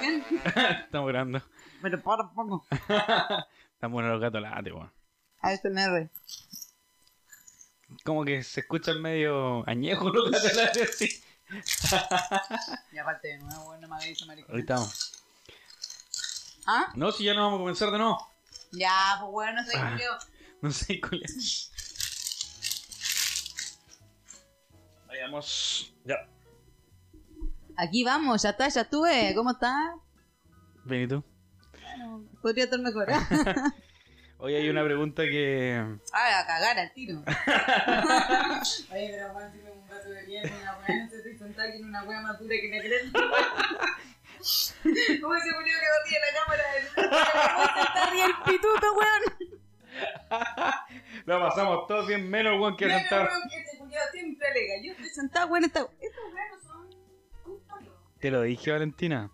bien? Estamos grabando. Pero para un poco. Están buenos los gatos late, weón. ASMR. Como que se escuchan medio añejos los gatos late, sí. Y aparte de nuevo, bueno, me avisa, maricón. Ahorita vamos. ¿Ah? No, si ya no vamos a comenzar de nuevo. Ya, pues bueno, soy Ah. yo. No sé cuál es. Vayamos. Ya. Aquí vamos, ya está, ya estuve. ¿Cómo está? Ven y tú. Bueno, podría estar mejor. ¿eh? Hoy hay una pregunta que. Ay, a cagar al tiro. Oye, pero Juan tiene un gato de bien, una weá, se te sentaba en una weá más dura que la cresta. ¿Cómo se murió que batía la cámara? ¿Cómo se está arriba el pituto, weón? La pasamos todos bien, menos el weón que Pero, sentar. weón, que este culiao siempre alega. Yo estoy sentado, weón, esta... Estos weones son un palo. Te lo dije, Valentina.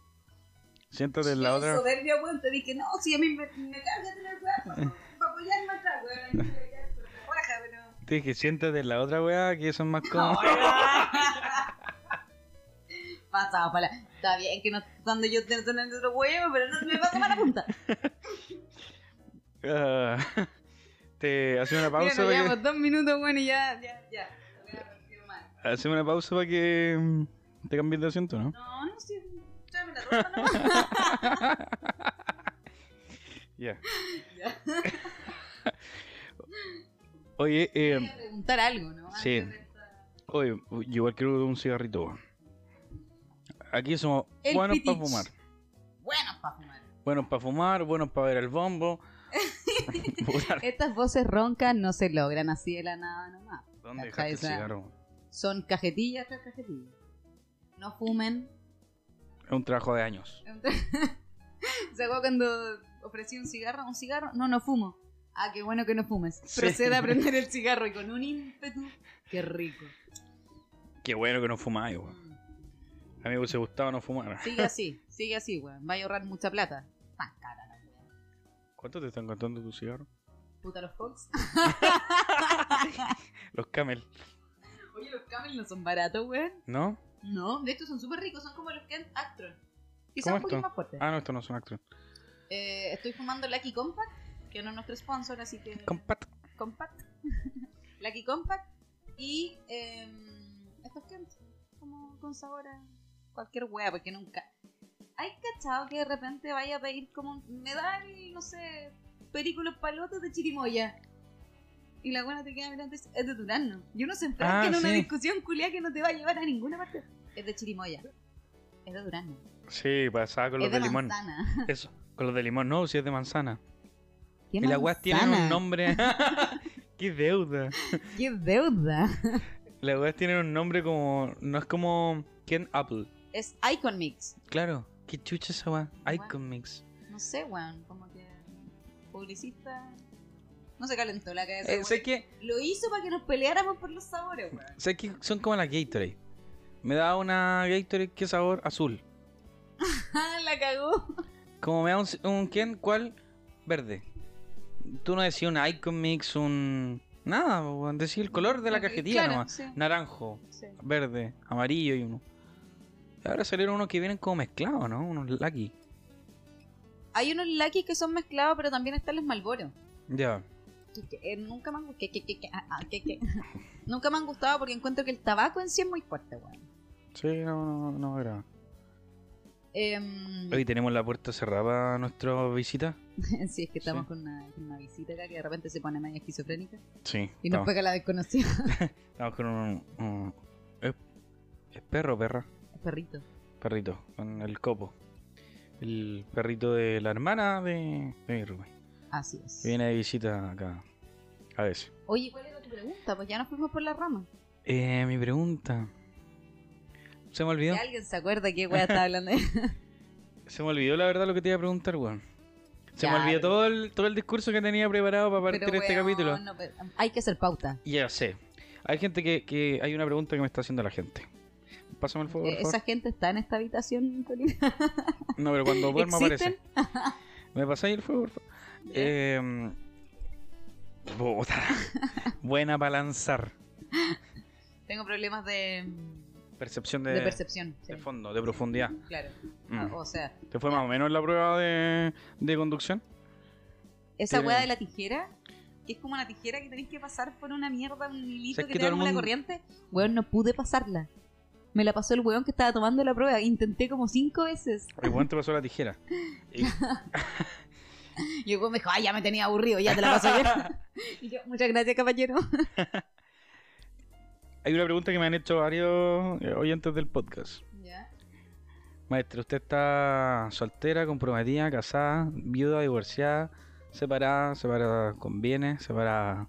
Siéntate en la Yo otra. soberbia, weón, te dije, no, si a mí me, me carga tener weón, para- para apoyarme atrás, weón, a mí me carga, pero me raja, pero... Te dije, siéntate en la otra weá, que son más cómodos. Pasado para la... Está bien que no cuando yo te en el otro huevo, pero no me va a tomar la punta. Ah, te hacemos eh. Mira, una pausa. para nos que- llevamos dos minutos, bueno, y ya, ya, ya. Lo voy a repetir mal. Hacemos una pausa para que mm, te cambies de asiento, ¿no? No, no sé. Tráeme la ropa nomás. Ya. Ya. Oye, eh, Voy a preguntar algo, ¿no? Antes Sí. de esta- oye, yo igual quiero un cigarrito. weón. Aquí somos El buenos para pitich. fumar. Bueno, para fumar. Buenos para fumar, buenos para ver el bombo. Puta, Estas voces roncas no se logran así de la nada nomás. ¿Dónde Cacha dejaste el esa. cigarro? Son cajetillas tras cajetillas. No fumen. Es un trabajo de años. ¿Se acuerda cuando ofrecí un cigarro? ¿Un cigarro? No, no fumo. Ah, qué bueno que no fumes. Sí. Proceda a prender el cigarro y con un ímpetu. Qué rico. Qué bueno que no fumáis, weón. A mí me hubiese gustado no fumar. Sigue así, sigue así, weón. Va a ahorrar mucha plata. Tan cara la weón. ¿Cuánto te están contando tu cigarro? Puta los Fox. Los camel, Oye, los Camel no son baratos, weón. ¿no? No, de estos son súper ricos, son como los Kent Actron. Y son ¿Cómo un poquito esto? más fuertes. Ah, no, estos no son actores. Eh, estoy fumando Lucky Compact, que no es nuestro sponsor, así que. Compat. Compact. Lucky Compact. Y eh, estos Kent, como con sabor a cualquier hueá, porque nunca. ¿Hay cachado que de repente vaya a pedir como. un- Me da el, no sé, películas palotos de chirimoya? Y la buena te queda mirando y dice, es de Durano. Y uno se enfrasca Ah, en una sí. discusión culia que no te va a llevar a ninguna parte. Es de chirimoya. Es de Durano. Sí, pasaba con los Es de de limón. manzana. Eso, con los de limón, no, si es de manzana. ¿Qué Y las weas tienen un manzana? nombre. ¡Qué deuda! ¡Qué deuda! Las weas tienen un nombre como. No es como. Ken Apple. Es Icon Mix. Claro, qué chucha esa wea. Wea. Icon Mix. No sé, weón. Como que. Publicista. No se calentó la cabeza. Eh, weón. sé que. Lo hizo para que nos peleáramos por los sabores, weón. Sé que son como las Gatorade. Me da una Gatorade, ¿qué sabor? Azul. Ah, la cagó. Como me da un, un Ken, ¿cuál? Verde. Tú no decías un Icon Mix, un. Nada, weón, decía el color de la cajetilla Eh, Claro, nomás. sí, Naranjo, sí. verde, amarillo y uno. Y ahora salieron unos que vienen como mezclados, ¿no? Unos Lucky. Hay unos Lucky que son mezclados, pero también están los Malboro. Ya. Que- que, ah, eh, nunca me han gustado. Nunca me han gustado porque encuentro que el tabaco en sí es muy fuerte, weón. Sí, no, no, no me agrada. Em, Hoy tenemos la puerta cerrada para nuestra visita. sí, es que estamos sí. con, una, con una visita acá que de repente se pone medio esquizofrénica Sí. y nos estamos, pega la desconocida. estamos con un. un- es, es perro, perra. Perrito. Perrito, con el copo. El perrito de la hermana de, de mi Rubén. Así es. Que viene de visita acá. A veces. Oye, ¿cuál era tu pregunta? Pues ya nos fuimos por la rama. Eh, mi pregunta. Se me Si olvidó. alguien se acuerda qué weá está hablando. Se me olvidó la verdad lo que te iba a preguntar, weón. Se me Ya, olvidó pero- todo el, todo el discurso que tenía preparado para partir Pero, este weón, capítulo. no, pero um, hay que hacer pauta. Ya sé. Hay gente que, que. Hay una pregunta que me está haciendo la gente. Pásame el fuego, por Eh, favor. Esa gente está en esta habitación, Polina. No, pero cuando duerma aparece. ¿Existen? ¿Me pasáis el fuego, por favor? Eh, puta. Buena para lanzar. Tengo problemas de, mm, Percepción de, de percepción. sí. de fondo, de profundidad. Claro. Mm. Ah, O sea, ¿Te fue más o menos la prueba de, de conducción? esa Pero- weá de la tijera, que es como una tijera que tenés que pasar por una mierda, un hilito ¿Sabes que te que todo da el como la mundo- corriente, weón, no pude pasarla. Me la pasó el weón que estaba tomando la prueba. Intenté como cinco veces. El weón te pasó la tijera. Y- Y el weón me dijo, ay, ya me tenía aburrido, ya te la paso ayer. y yo, muchas gracias, caballero. Hay una pregunta que me han hecho varios eh, oyentes del podcast. Ya. Maestra, ¿usted está soltera, comprometida, casada, viuda, divorciada, separada, separada con bienes, separada...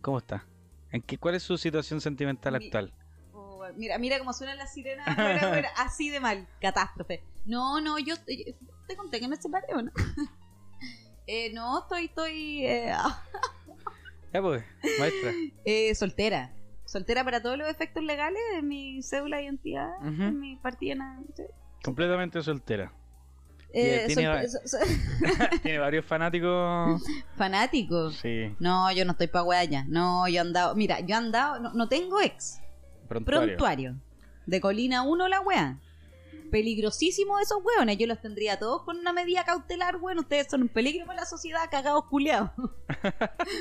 ¿Cómo está? ¿En qué, ¿Cuál es su situación sentimental Mi- actual? Oh, mira, mira cómo suenan las sirenas. afuera, afuera, así de mal. Catástrofe. No, no, yo yo- te conté que me separé o no. Eh, no, estoy, estoy eh, Ya pues, maestra. eh, soltera. Soltera para todos los efectos legales de mi cédula de identidad, Ujú. de mi partida. na- sí. completamente soltera. Eh, Y solte- tiene- so- so- Tiene varios fanáticos. fanático. Sí, No, yo no estoy pa' weá ya. No, yo he andado. Mira, yo he andado. No, no tengo ex. prontuario. Prontuario. De colina 1 la weá. Peligrosísimo esos weones. Yo los tendría a todos con una medida cautelar, weón. Ustedes son un peligro para la sociedad, cagados culiados.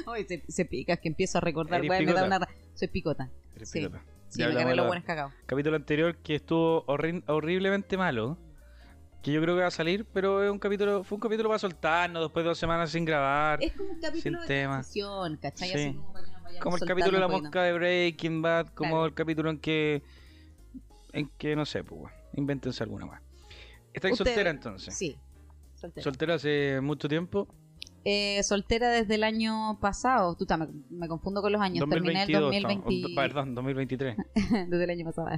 Oye, se, se pica, es que empiezo a recordar, Eres weón. Me da picota. una. ra- Soy picota. Eres Sí. pilota. Sí, Ya me hablamos carré de los la- buenos cagados. capítulo anterior que estuvo horrin- horriblemente malo. Que yo creo que va a salir, pero es un capítulo, fue un capítulo para soltarnos después de dos semanas sin grabar. Es como un capítulo de tema. transición, ¿cachai? Sí. Así como para que nos vayamos como el soltando capítulo de la un poquito. mosca de Breaking Bad, como Claro. el capítulo en que. En que no sé, pues, weón. Invéntense alguna más. ¿Estáis Usted- soltera entonces? Sí, soltera. Soltera hace mucho tiempo. Eh, soltera desde el año pasado. Tú me, me confundo con los años. Terminé el 2022, 2020. estamos- perdón, 2023. desde el año pasado.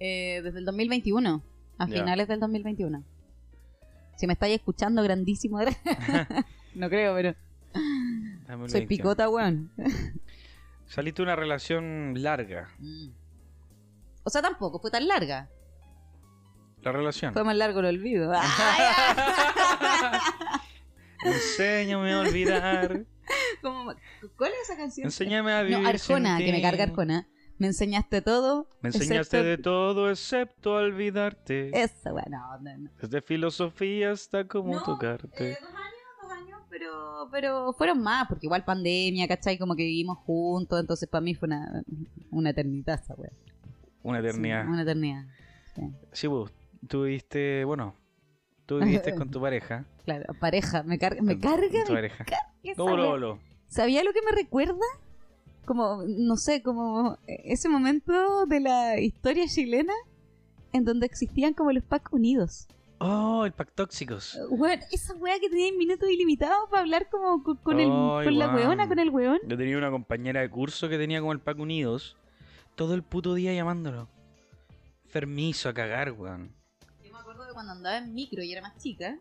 Eh, desde el 2021. A Ya. finales del 2021. Si me estáis escuchando, grandísimo. no creo, pero. 2021. Soy picota, weón. Saliste de una relación larga. Mm. O sea, tampoco fue tan larga. La relación. Fue más largo el olvido. Ay, ay. Enséñame a olvidar. Como- ¿Cuál es esa canción? Enséñame a vivir. No, Arjona, sin que me ti. carga Arjona. Me enseñaste todo. Me enseñaste excepto- de todo excepto olvidarte. Eso, bueno, no, no. Desde filosofía hasta cómo No, tocarte. Eh, dos años, dos años, pero, pero fueron más, porque igual pandemia, ¿cachai? Como que vivimos juntos, entonces para mí fue una, una eternidad esa wea. Una eternidad. Sí, una eternidad, Sí, vos tuviste, bueno, tú viviste con tu pareja. claro. Pareja, me carga, me Con- carga. con Tu me pareja. carga esa Dolo, wea. dolo. ¿Sabía lo que me recuerda? Como, no sé, como ese momento de la historia chilena en donde existían como los packs unidos. Oh, el pack tóxicos. Bueno, esa wea que tenía minutos ilimitados para hablar como con, con el, Ay, con la guau. weona, con el weón. Yo tenía una compañera de curso que tenía como el pack unidos todo el puto día llamándolo. Permiso a cagar, weón. Yo me acuerdo de cuando andaba en micro y era más chica,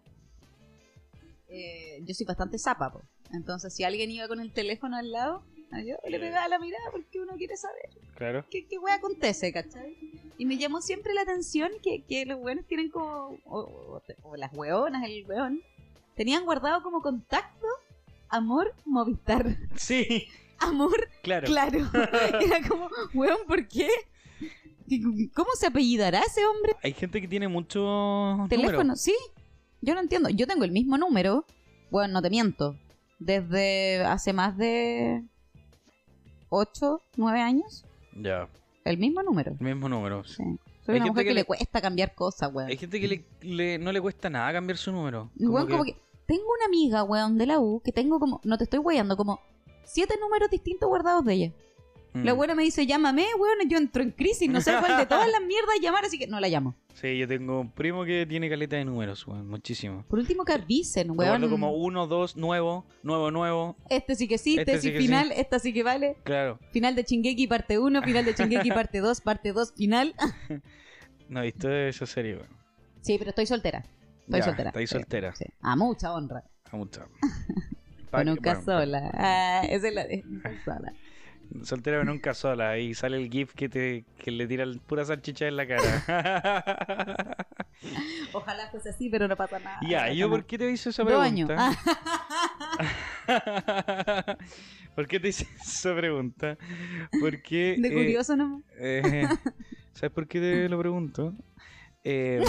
eh, yo soy bastante zapa, po. entonces si alguien iba con el teléfono al lado, a yo le pegaba la mirada porque uno quiere saber Claro. qué, qué wea acontece, ¿cachai? Y me llamó siempre la atención que, que los weones tienen como, o, o- o las weonas, el weón, tenían guardado como contacto amor Movistar, Sí, amor claro. claro. Era como, weón, ¿por qué? ¿Cómo se apellidará ese hombre? Hay gente que tiene mucho teléfono, sí. Yo no entiendo. Yo tengo el mismo número. Bueno, no te miento. Desde hace más de 8, 9 años. Ya, El mismo número. el mismo número. Sí. Soy Hay una gente mujer que, que le le- cuesta cambiar cosas, weón. Hay gente que le- le- no le cuesta nada cambiar su número. Como Weón, que- como que... Tengo una amiga, weón, de la U, que tengo como... No te estoy weyando, como... Siete números distintos guardados de ella. Mm. La weona me dice, llámame, weón, yo entro en crisis, no sé cuál de todas las mierdas llamar, así que no la llamo. Sí, yo tengo un primo que tiene caleta de números, weón, muchísimo. Por último, que avisen, Me acuerdo weón. como uno, dos, nuevo, nuevo, nuevo. Este sí que sí, Este tesis sí que sí. final, esta sí que vale. Claro, Final de Chingeki parte 1, final de Chingeki parte 2, parte 2, final. no he visto esa serie, weón. Sí, pero estoy soltera. Estoy Ya, soltera. Estáis Sí, soltera. sí. A mucha honra. A mucho. Pero nunca bueno, sola. Ah, esa es la de. nunca sola. Soltera pero nunca sola. Y sale el gif que te que le tira el- pura salchicha en la cara. Ojalá fuese así, pero no pasa nada. ya, No ¿yo por pasa qué te hice esa nada. Dos años. Ah, pregunta? ¿Por qué te hice esa pregunta? Porque... de eh, curioso nomás. Eh, ¿Sabes por qué te lo pregunto? Eh,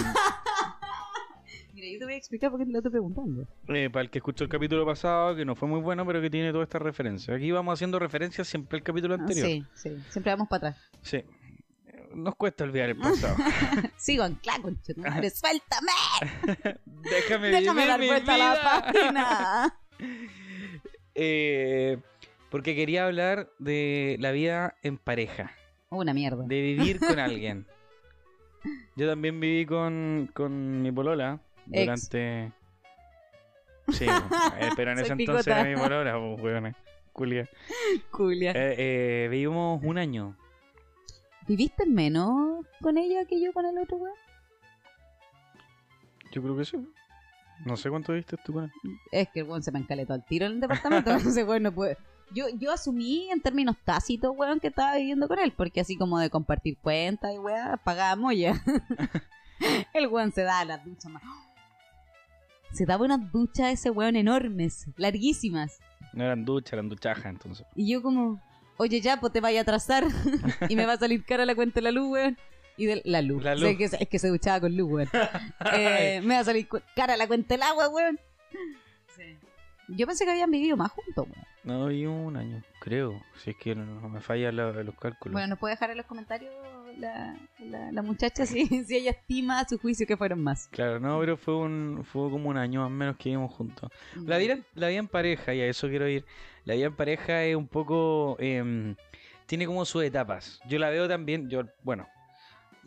Mira, yo te voy a explicar por qué te lo estoy preguntando. eh, para el que escuchó el capítulo pasado, que no fue muy bueno, pero que tiene toda esta referencia. Aquí vamos haciendo referencias siempre al capítulo anterior. Ah, Sí, sí. Siempre vamos para atrás. Sí. Eh, Nos cuesta olvidar el pasado. Sigo anclado, conchetumare. ¡Suéltame! Déjame, Déjame vivir dar mi vuelta a la vida. página. Eh, porque quería hablar de la vida en pareja, Una mierda. de vivir con alguien. Yo también viví con, con mi polola Ex. durante... Sí, eh, pero en Soy ese entonces era picota. mi polola, pues, weona, culia. Julia. Eh, eh, vivimos un año. ¿Viviste menos con ella que yo con el otro weón? Yo creo que sí. No sé cuánto viste tú con él. Es que el weón se me encaletó al tiro en el departamento, entonces weón no puede. Yo, yo asumí en términos tácitos, weón, que estaba viviendo con él, porque así como de compartir cuentas y weón, pagábamos ya. el weón se da las duchas más. Se daba unas duchas ese weón enormes, larguísimas. No eran duchas, eran duchajas entonces. Y yo como, oye ya, pues te vaya a atrasar y me va a salir cara la cuenta de la luz, weón. Y de la luz. La O sea, luz. que se- es que se duchaba con luz, weón. Eh, me va a salir cu- cara la cuenta del agua, weón. Yo pensé que habían vivido más juntos, weón. No, vivimos un año, creo. Si es que no, no me fallan la- los cálculos. Bueno, nos puede dejar en los comentarios la, la, la muchacha si, si ella estima a su juicio que fueron más. Claro, no, pero fue un fue como un año más o menos que vivimos juntos. La vida, en- la vida en pareja, y a eso quiero ir. La vida en pareja es un poco. em, tiene como sus etapas. Yo la veo también. Yo, bueno,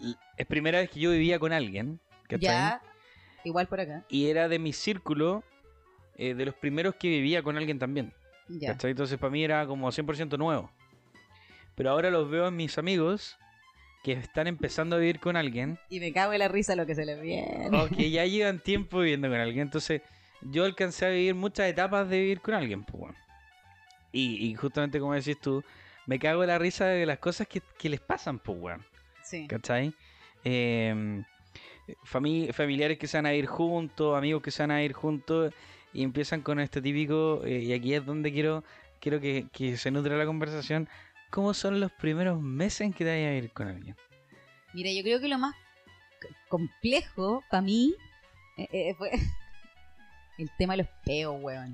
l- es primera vez que yo vivía con alguien. ¿cachai? Ya, igual por acá. Y era de mi círculo, eh, de los primeros que vivía con alguien también. Ya. ¿Cachai? Entonces para mí era como 100% nuevo. Pero ahora los veo en mis amigos que están empezando a vivir con alguien Y me cago en la risa lo que se le viene. o que ya llevan tiempo viviendo con alguien. Entonces yo alcancé a vivir muchas etapas de vivir con alguien. Pues, weón. y, y justamente como decís tú, me cago en la risa de las cosas que, que les pasan, pues, weón. Sí. ¿Cachai? Eh, fami- familiares que se van a ir juntos, amigos que se van a ir juntos, y empiezan con este típico, eh, y aquí es donde quiero, quiero que, que se nutre la conversación, ¿cómo son los primeros meses en que te vayas a ir con alguien? Mira, yo creo que lo más c- complejo para mí eh, eh, fue el tema de los peos, weón.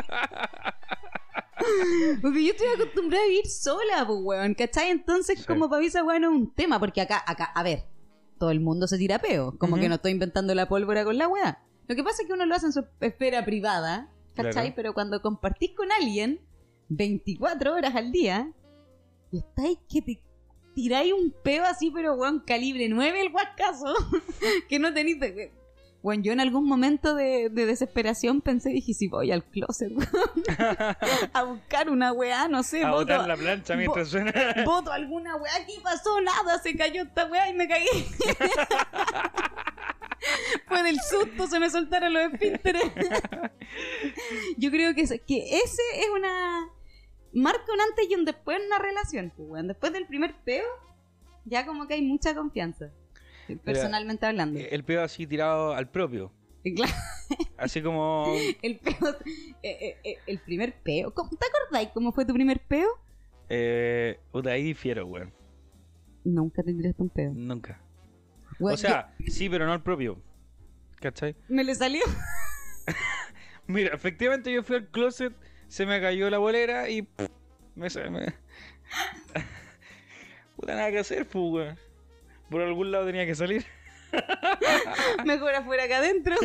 Porque yo estoy acostumbrada a vivir sola, pues, weón, ¿cachai? Entonces, Sí. como para mí esa weón es un tema, porque acá, acá, a ver, todo el mundo se tira peo. Como Ujú. que no estoy inventando la pólvora con la weá. Lo que pasa es que uno lo hace en su esfera privada, ¿cachai? Claro. Pero cuando compartís con alguien 24 horas al día, y estáis que te tiráis un peo así, pero weón, calibre 9 el guascazo, que no tenéis... de- Weón, yo en algún momento de, de desesperación pensé, dije, si voy al closet, weón, a buscar una weá, no sé, a voto, botar la plancha mientras suena. voto alguna weá, aquí pasó nada, se cayó esta weá y me caí. Fue del susto, se me soltaron los esfínteres. Yo creo que, es- que ese es una... Marca un antes y un después en una relación, pues, weón. Después del primer peo, ya como que hay mucha confianza. Personalmente hablando. El pedo así tirado al propio. Y claro, Así como... el peo... eh, eh, eh, el primer peo. ¿Cómo- ¿Te acordáis cómo fue tu primer peo? Eh, puta, ahí difiero, weón. Nunca te tiraste un peo. Nunca. Weón, o sea, sí, pero no al propio. ¿Cachai? yo- me le salió. Mira, efectivamente yo fui al closet, se me cayó la bolera y pff, me, sa- me- Puta nada que hacer, pues, weón. Por algún lado tenía que salir. Mejor afuera que adentro.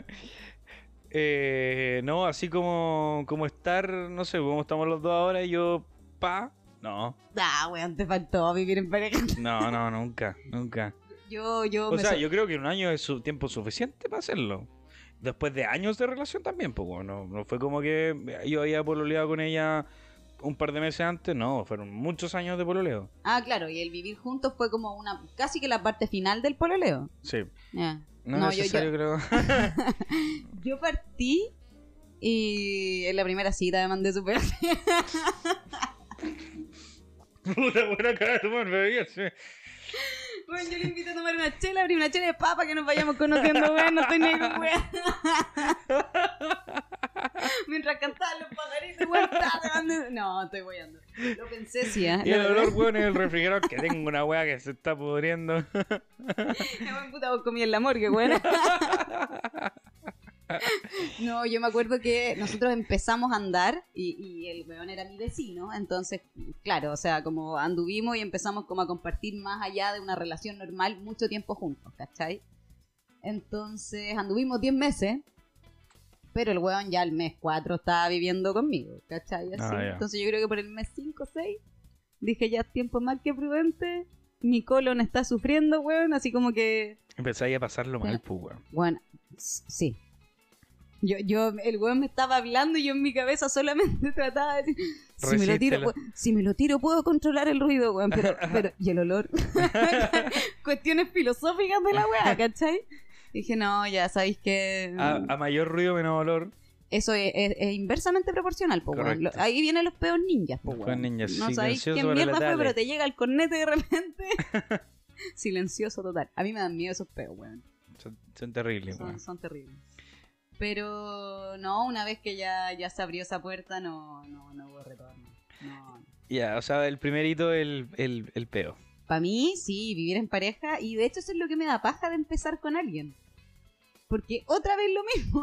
Eh, no, así como, como estar, no sé, como estamos los dos ahora y yo, pa. No, Ah, weón, te faltó vivir en pareja. no, no, nunca, nunca. Yo, yo, O me sea, so- yo creo que un año es su tiempo suficiente para hacerlo. Después de años de relación también, pues bueno, no fue como que yo había pololeado con ella un par de meses antes, no, fueron muchos años de pololeo. Ah, claro, y el vivir juntos fue como una. casi que la parte final del pololeo. Sí, Ya. no, No, es yo- necesario, creo. Yo partí y en la primera cita me mandé su peo. Puta buena cara de tomar bebida, sí. Bueno, yo le invito a tomar una chela, abrir una chela de papa que nos vayamos conociendo, weón. No estoy ni con weón. Mientras cantaban los pajaritos, weón, estaba grabando. No, estoy guayando. Lo pensé, sí, ¿eh? Y el Lo- olor, weón, en el refrigerador que tengo una weá que se está pudriendo. Me voy, puta, vos comí en la morgue, weón. No, yo me acuerdo que nosotros empezamos a andar y, y el weón era mi vecino, entonces, claro, o sea, como anduvimos y empezamos como a compartir más allá de una relación normal mucho tiempo juntos, ¿cachai? Entonces anduvimos 10 meses, pero el weón ya el mes 4 estaba viviendo conmigo, ¿cachai? Así, Ah, ya. Entonces yo creo que por el mes 5 o 6 dije ya es tiempo más que prudente, mi colon está sufriendo, weón, así como que Empezáis a pasarlo mal, pues, weón. bueno, s- sí. Yo, yo, el weón me estaba hablando y yo en mi cabeza solamente trataba de decir, si me, lo tiro, Resístelo. pu- si me lo tiro puedo controlar el ruido, weón, pero, pero- y el olor. Cuestiones filosóficas de la weá, ¿cachai? Dije, no, ya sabéis que mm, A, a mayor ruido, menos olor. eso es, es- es inversamente proporcional, po, weón. Lo- Correcto. Ahí vienen los peos ninjas, po, Los weón. peos ninjas, No sabéis qué silencioso, mierda fue, relatales. pero te llega el cornete de repente. Silencioso total. A mí me dan miedo esos peos, weón. Son, son terribles, Son, weón. son terribles. Pero no, una vez que ya, ya se abrió esa puerta, no, no, no hubo retorno. No. Ya, o sea, el primerito, el, el, el peo. Para mí, sí, vivir en pareja. Y de hecho, eso es lo que me da paja de empezar con alguien. Porque otra vez lo mismo.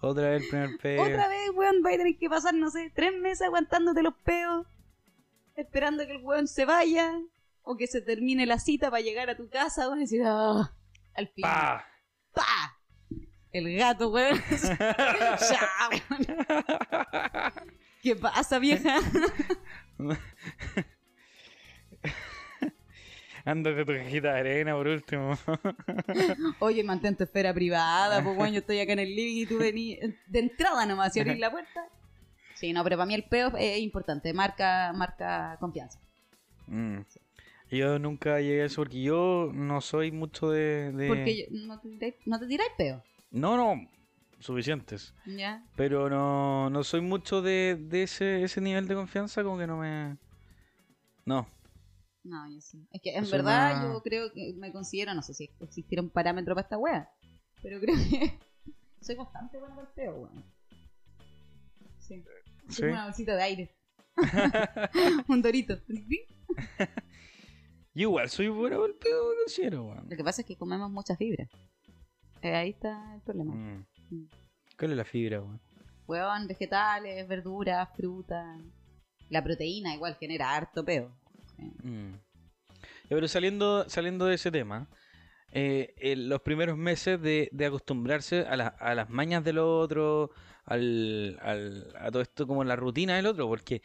Otra vez el primer peo. Otra vez, weón, va a tener que pasar, no sé, tres meses aguantándote los peos. Esperando que el weón se vaya. O que se termine la cita para llegar a tu casa. Weón, y decir, "Ah, al fin. ¡Pah! ¡Pa! El gato, weón. ya, weón. ¿Qué pasa, vieja? Ándate tu cajita de arena por último. Oye, mantén tu esfera privada, pues bueno, yo estoy acá en el living y tú venís de entrada nomás, si abrís la puerta. Sí, no, pero para mí el peo es importante, marca, marca confianza. Mm. Yo nunca llegué a eso porque yo no soy mucho de. de- Porque yo- no te tiráis no te tiráis peo, No, no, suficientes. ¿ya? Pero no, no soy mucho de, de ese, ese nivel de confianza, como que no me. No, No, yo sí. Es que en Eso es verdad una- yo creo que me considero, no sé si existiera un parámetro para esta wea, pero creo que soy bastante buena para el peo, weón. Sí. sí. Tengo una bolsita de aire. un dorito. Lo Yo igual soy bueno para el pedo, considero, weón. que pasa es que comemos muchas fibras. Eh, ahí está el problema. Mm. Mm. ¿Cuál es la fibra, weón? Huevón, vegetales, verduras, fruta. La proteína igual genera harto peo. Mm. Ya, pero saliendo, saliendo de ese tema, eh, eh, los primeros meses de, de acostumbrarse a, la- a las mañas del otro, al, al- a todo esto como la rutina del otro, porque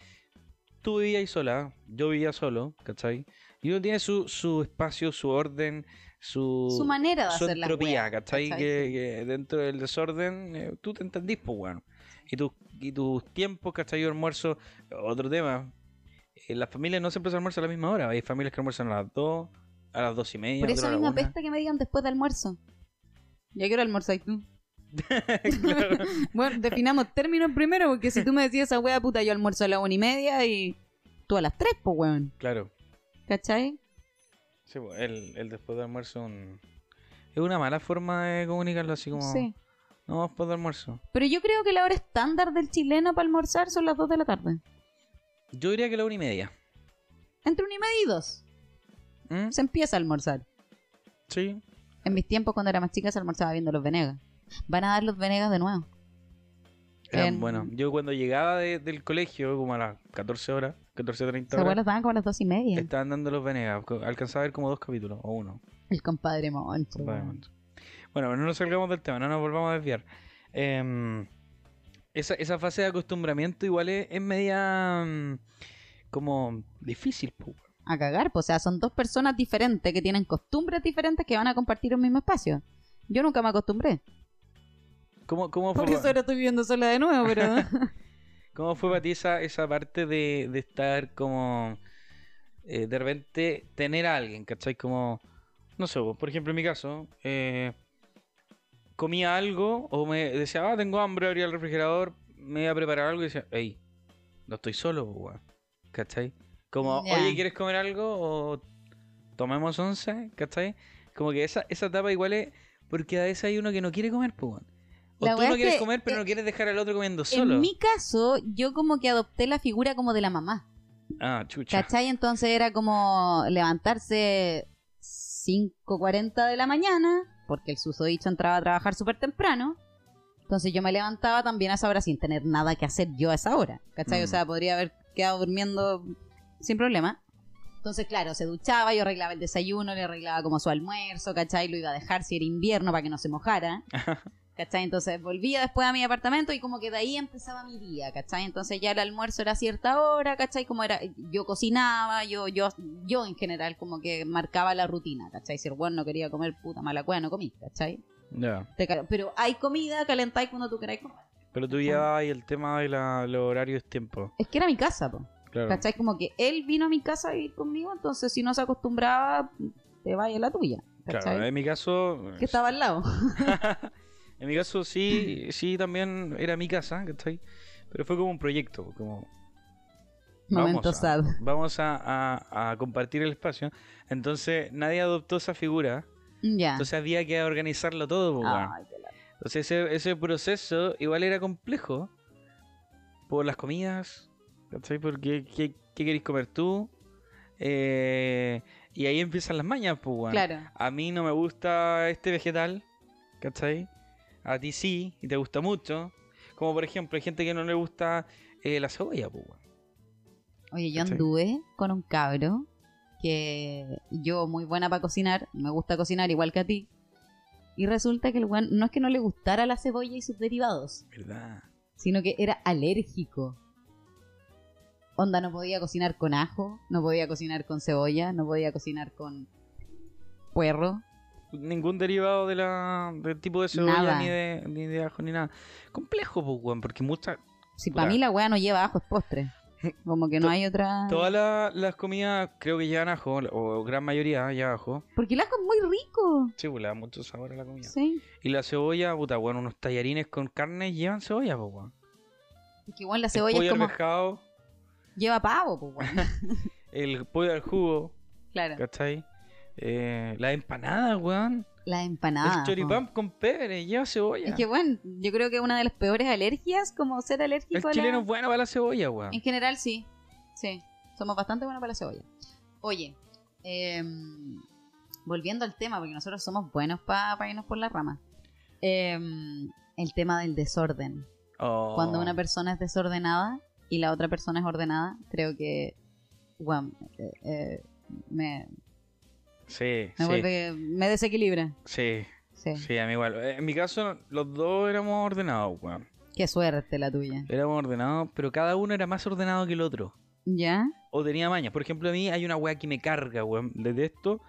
tú vivías ahí sola, yo vivía solo, ¿cachai? Y uno tiene su, su espacio, su orden, su, Su manera de Uh, su hacer las entropía, weas, ¿cachai? ¿cachai? Que, que dentro del desorden eh, tú te entendís, pues, weón. Y, tus y tus tiempos, ¿cachai? Yo almuerzo, otro tema. eh, las familias no siempre se almuerzan a la misma hora. Hay familias que almuerzan a las 2, a las 2 y media. Por eso otras a a mí la me una. apesta que me digan después de almuerzo. Ya quiero almorzar tú. Claro. Bueno, definamos términos primero, porque si tú me decías esa wea puta, yo almuerzo a las una y media y tú a las tres, pues weón. Claro. ¿Cachai? Sí, pues, el, el después de almuerzo es un- es una mala forma de comunicarlo, así como. Sí. No, después de almuerzo. Pero yo creo que la hora estándar del chileno para almorzar son las dos de la tarde. Yo diría que la una y media. Entre una y media y dos. ¿Mm? Se empieza a almorzar. Sí. En mis tiempos, cuando era más chica, se almorzaba viendo los Venegas. Van a dar los Venegas de nuevo. Eran En- buenos. Yo cuando llegaba de- del colegio, como a las 14 horas, 14, 30 Los horas, abuelos daban como a las dos y media. estaban dando los Venegas. Co- Alcanzaba a ver como dos capítulos, o uno. El compadre Moncho. compadre weón. Moncho. Bueno, pero no nos salgamos del tema, no nos volvamos a desviar. Em, esa, esa fase de acostumbramiento igual es, es media mm, como difícil, po, weón. A cagar, pues, o sea, son dos personas diferentes que tienen costumbres diferentes que van a compartir un mismo espacio. Yo nunca me acostumbré. ¿Cómo, cómo fue, Por eso pa- ahora estoy viviendo sola de nuevo, pero. cómo fue para ti esa, esa parte de, de estar como... eh, de repente tener a alguien, ¿cachai? Como... No sé, po, por ejemplo, en mi caso, eh, comía algo o me decía, ah, tengo hambre, abría el refrigerador, me iba a preparar algo y decía, hey, no estoy solo, po, weón. ¿Cachai? Como, Ya. oye, ¿quieres comer algo? O tomemos once, ¿cachai? Como que esa, esa etapa igual es, porque a veces hay uno que no quiere comer, pues, weón. O La tú weá no es quieres que, comer, pero eh, no quieres dejar al otro comiendo solo. En mi caso, yo como que adopté la figura como de la mamá. Ah, chucha. ¿Cachai? Entonces era como levantarse 5.40 de la mañana, porque el susodicho entraba a trabajar súper temprano. Entonces yo me levantaba también a esa hora sin tener nada que hacer yo a esa hora. ¿Cachai? Mm. O sea, podría haber quedado durmiendo sin problema. Entonces, claro, se duchaba, yo arreglaba el desayuno, le arreglaba como su almuerzo, ¿cachai? Lo iba a dejar si era invierno para que no se mojara. ¿Cachai? Entonces volvía después a mi apartamento y como que de ahí empezaba mi día, ¿cachai? Entonces ya el almuerzo era a cierta hora, ¿cachai? Como era, yo cocinaba, yo, yo, yo en general como que marcaba la rutina, ¿cachai? Si el weón no quería comer puta mala cueva, no comí, ¿cachai? Ya. Te cal- Pero hay comida, calentáis cuando tú queráis comer. Pero tú llevabas ahí el tema de la, los horarios tiempo. Es que era mi casa, po. Claro. ¿Cachai? Como que él vino a mi casa a vivir conmigo, entonces si no se acostumbraba, te vaya la tuya. Claro, ¿Cachai? en mi caso. Que estaba al lado. en mi caso sí, sí también era mi casa, ¿cachai? Pero fue como un proyecto, como Vamos Momento a- sad. vamos a, a- a compartir el espacio. Entonces nadie adoptó esa figura, Ah. Ya. entonces pues, había que organizarlo todo. po, weón. Ay, qué la- Entonces ese, ese proceso igual era complejo por las comidas, ¿cachai? Porque qué, qué querés comer tú. Eh, y ahí empiezan las mañas, pues, weón. Claro. a mí no me gusta este vegetal, ¿cachai? A ti sí, y te gusta mucho. Como por ejemplo, hay gente que no le gusta eh, la cebolla, pues, weón. Oye, yo ¿Cachai? anduve con un cabro que yo muy buena para cocinar, me gusta cocinar igual que a ti. Y resulta que el weón no es que no le gustara la cebolla y sus derivados, ¿Verdad? sino que era alérgico. Onda, no podía cocinar con ajo, no podía cocinar con cebolla, no podía cocinar con puerro. Ningún derivado de la, del tipo de cebolla, Nada. ni de, ni de ajo, ni nada. Complejo, pues, weón, porque muchas, Si Puta. para mí la weá no lleva ajo, es postre. Como que no To- hay otra... todas la- las comidas creo que llevan ajo, o gran mayoría llevan ajo. Porque el ajo es muy rico. Sí, pues, le da mucho sabor a la comida. Sí. Y la cebolla, puta, weón, unos tallarines con carne llevan cebolla, pues, weón. Es que igual la El cebolla pollo es como... al pescado, Lleva pavo, pues weón. el pollo al jugo. Claro. ¿Cachai? Eh, la empanada, weón. La empanada. el choripán con pebre, lleva cebolla. Es que bueno, yo creo que una de las peores alergias, como ser alérgico el a la- chileno es bueno para la cebolla, weón. En general, sí. Sí. Somos bastante buenos para la cebolla. Oye, em, volviendo al tema, porque nosotros somos buenos para irnos por la rama. Em, el tema del desorden. Oh, Cuando una persona es desordenada y la otra persona es ordenada, creo que. Bueno, eh, eh, me, Sí, me sí, vuelve. Me desequilibra. sí, Sí. sí, a mí igual. Eh, En mi caso, los dos éramos ordenados, weón. Qué suerte la tuya. Éramos ordenados, pero cada uno era más ordenado que el otro. ¿Ya? O tenía mañas. Por ejemplo, a mí hay una weá que me carga, weón. Desde esto,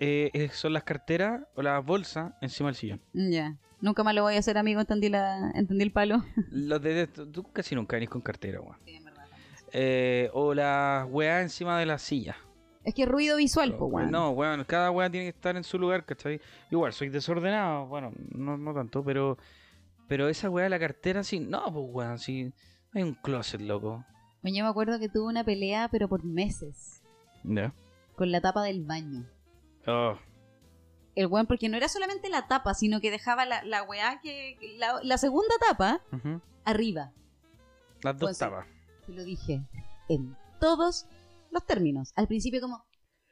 eh, eh, son las carteras o las bolsas encima del sillón. Ya. Nunca más lo voy a hacer, amigo. Entendí, la, entendí el palo. Los de esto, tú casi nunca venís con cartera, weón. Eh, o las weas encima de la silla. Es que ruido visual, pues, weón. No, weón, cada weá tiene que estar en su lugar, ¿cachai? Igual, soy desordenado, bueno, no, no tanto, pero pero esa weá de la cartera, sí, no, pues weón, sí, hay un closet, loco. Oye, Yo me acuerdo que tuve una pelea, pero por meses, ¿Ya? con la tapa del baño. Oh, El weón, porque no era solamente la tapa, sino que dejaba la, la weá que. que La, la segunda tapa ujú. arriba. Las dos Pues sí. tapas. Te lo dije en todos los términos. Al principio, como.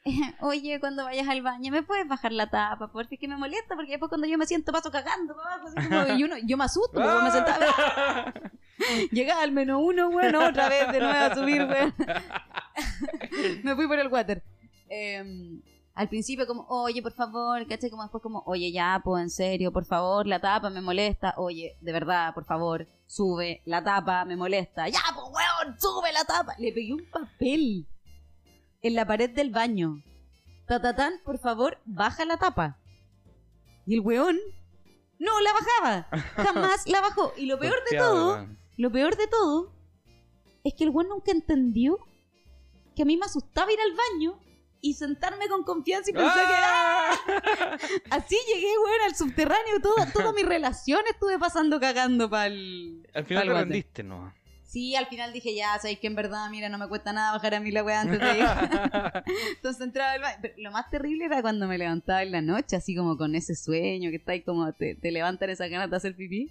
Oye, cuando vayas al baño, ¿me puedes bajar la tapa? Porque es que me molesta, porque después cuando yo me siento paso cagando, pa' abajo, así como- y uno- yo me asusto, porque me sentaba, Llegaba al menos uno, weón, otra vez de nuevo a subir, weón. Me fui por el water. Em, al principio como, oye, por favor, ¿cachai? Como después como, oye, ya, pues, en serio, por favor, la tapa me molesta. Oye, de verdad, por favor, sube la tapa, me molesta. Ya, pues, weón, sube la tapa. Le pegué un papel en la pared del baño. Tatatán, por favor, baja la tapa. Y el weón no la bajaba. Jamás la bajó. Y lo peor de Golpeado, todo... weón. Lo peor de todo es que el weón nunca entendió que a mí me asustaba ir al baño y sentarme con confianza y pensar ¡Ah! que "Ah". así llegué, weón, al subterráneo. Todo, toda mi relación estuve pasando cagando pa'l... Al final Al te water. rendiste, no. Sí, al final dije, ya, sabéis que en verdad, mira, no me cuesta nada bajar a mí la weá antes de ir. Entonces entraba al baño. Pero lo más terrible era cuando me levantaba en la noche, así como con ese sueño que está ahí, como te, te levantan esas ganas de hacer pipí.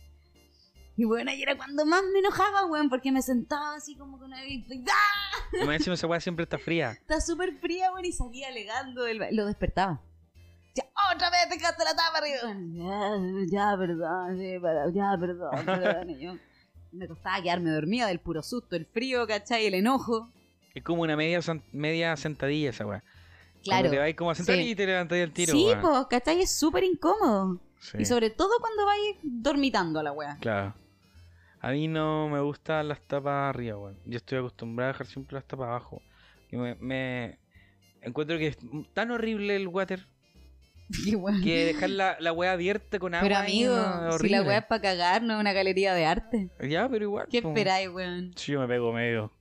Y bueno, ahí era cuando más me enojaba, weón, porque me sentaba así como con una... ¡Ah! Como encima esa weá siempre está fría. Está súper fría, weón, y salía alegando del ba- Lo despertaba. Ya, otra vez dejaste la tapa arriba. Ya, ya, perdón, sí, para- ya, perdón, perdón. Y yo, me costaba quedarme dormida del puro susto, el frío, ¿cachai? El enojo. Es como una media, san- media sentadilla esa weá. Claro. Como te vais como a sentar sí. y te levantáis al tiro. sí, weón. pues, ¿cachai? Es súper incómodo. Sí, Y sobre todo cuando vais dormitando a la wea. Claro. A mí no me gustan las tapas arriba, weón. Yo estoy acostumbrado a dejar siempre las tapas abajo. Y me, me- encuentro que es tan horrible el water Qué wea. que dejar la, la weá abierta con agua. Pero ahí, amigo, no, es si la horrible. wea es para cagar, no es una galería de arte. Ya, pero igual. ¿Qué po. esperáis, weón? Sí, yo me pego medio.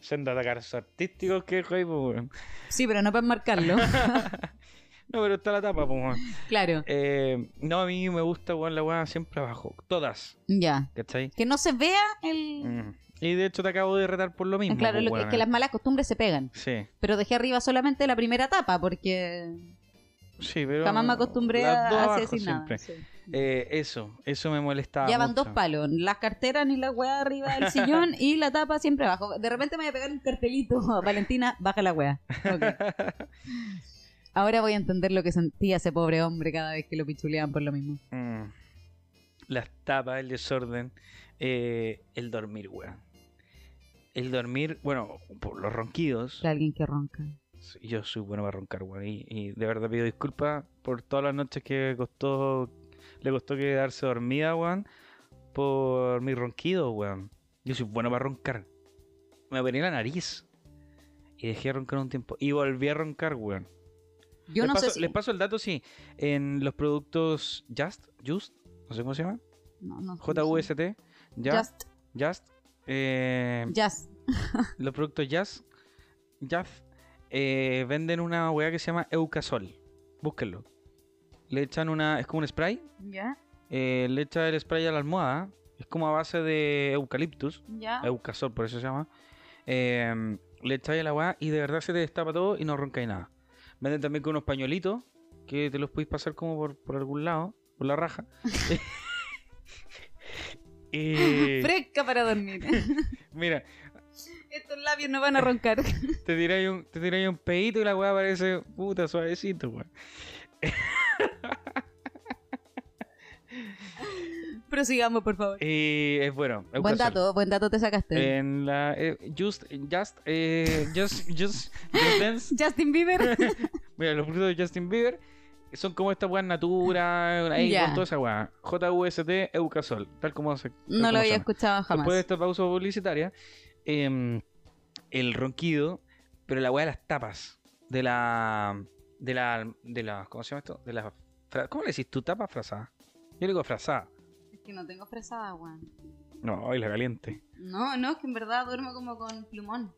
Siendo atacaros artísticos que dejo ahí, po, weón. Sí, pero no para enmarcarlo. No, pero está la tapa, po, weón. claro. Eh, no, a mí me gusta, weón, la weá siempre abajo. Todas, Ya. ¿cachai? Que no se vea el. Mm. Y de hecho te acabo de retar por lo mismo. Ah, claro, po, lo que- weona. es que las malas costumbres se pegan. Sí, Pero dejé arriba solamente la primera tapa porque sí, pero. jamás me acostumbré las a dos a abajo hacer sin nada. siempre. sí. Eh, eso, eso me molestaba. Ya van mucho. dos palos, las carteras ni la weá arriba del sillón y la tapa siempre abajo. De repente me voy a pegar un cartelito, Valentina, baja la weá. Ok. Ahora voy a entender lo que sentía ese pobre hombre cada vez que lo pichuleaban por lo mismo. Mm. Las tapas, el desorden, eh, el dormir, weón. El dormir, bueno, por los ronquidos. Era alguien que ronca. Sí, Yo soy bueno para roncar, weón. Y, y de verdad pido disculpas por todas las noches que costó le costó quedarse dormida, weón. Por mi ronquido, weón. Yo soy bueno para roncar. Me operé la nariz. Y dejé de roncar un tiempo. Y volví a roncar, weón. Yo les, no paso, sé si... les paso el dato, sí. En los productos Just, Just, no sé cómo se llama. no, no sé. JUST, Just, Just, Just. eh, just. los productos Jazz, Jazz eh, venden una weá que se llama Eucasol. Búsquenlo. Le echan una. Es como un spray. Ya, eh, le echa el spray a la almohada. Es como a base de eucaliptus. ya. Eucasol, por eso se llama. Eh, le echáis la weá y de verdad se te destapa todo y no roncáis nada. Venden también con unos pañuelitos que te los podéis pasar como por, por algún lado, por la raja. y. Fresca para dormir. Mira, Estos labios no van a roncar. Te tiráis un, te tiráis un pedito y la weá parece puta suavecito, weón. Prosigamos, por favor. Y es bueno. es Buen Eh, un placer. dato, buen dato te sacaste. En la. eh, just. Just. eh, just. Just. Just Dance. Justin Bieber. Mira, los productos de Justin Bieber son como esta weá natura. Ahí Ya. con toda esa weá. JUST Eucasol. Tal como se. tal No como lo había suena. escuchado jamás. Después de esta pausa publicitaria, em, el ronquido, pero la weá de las tapas. De la. De la. De la ¿Cómo se llama esto? De la. fra- ¿Cómo le decís tú? ¿Tapa frazada? Yo le digo frazada. Es que no tengo fresada, weón. No, ay, la caliente. No, no, es que en verdad duermo como con plumón.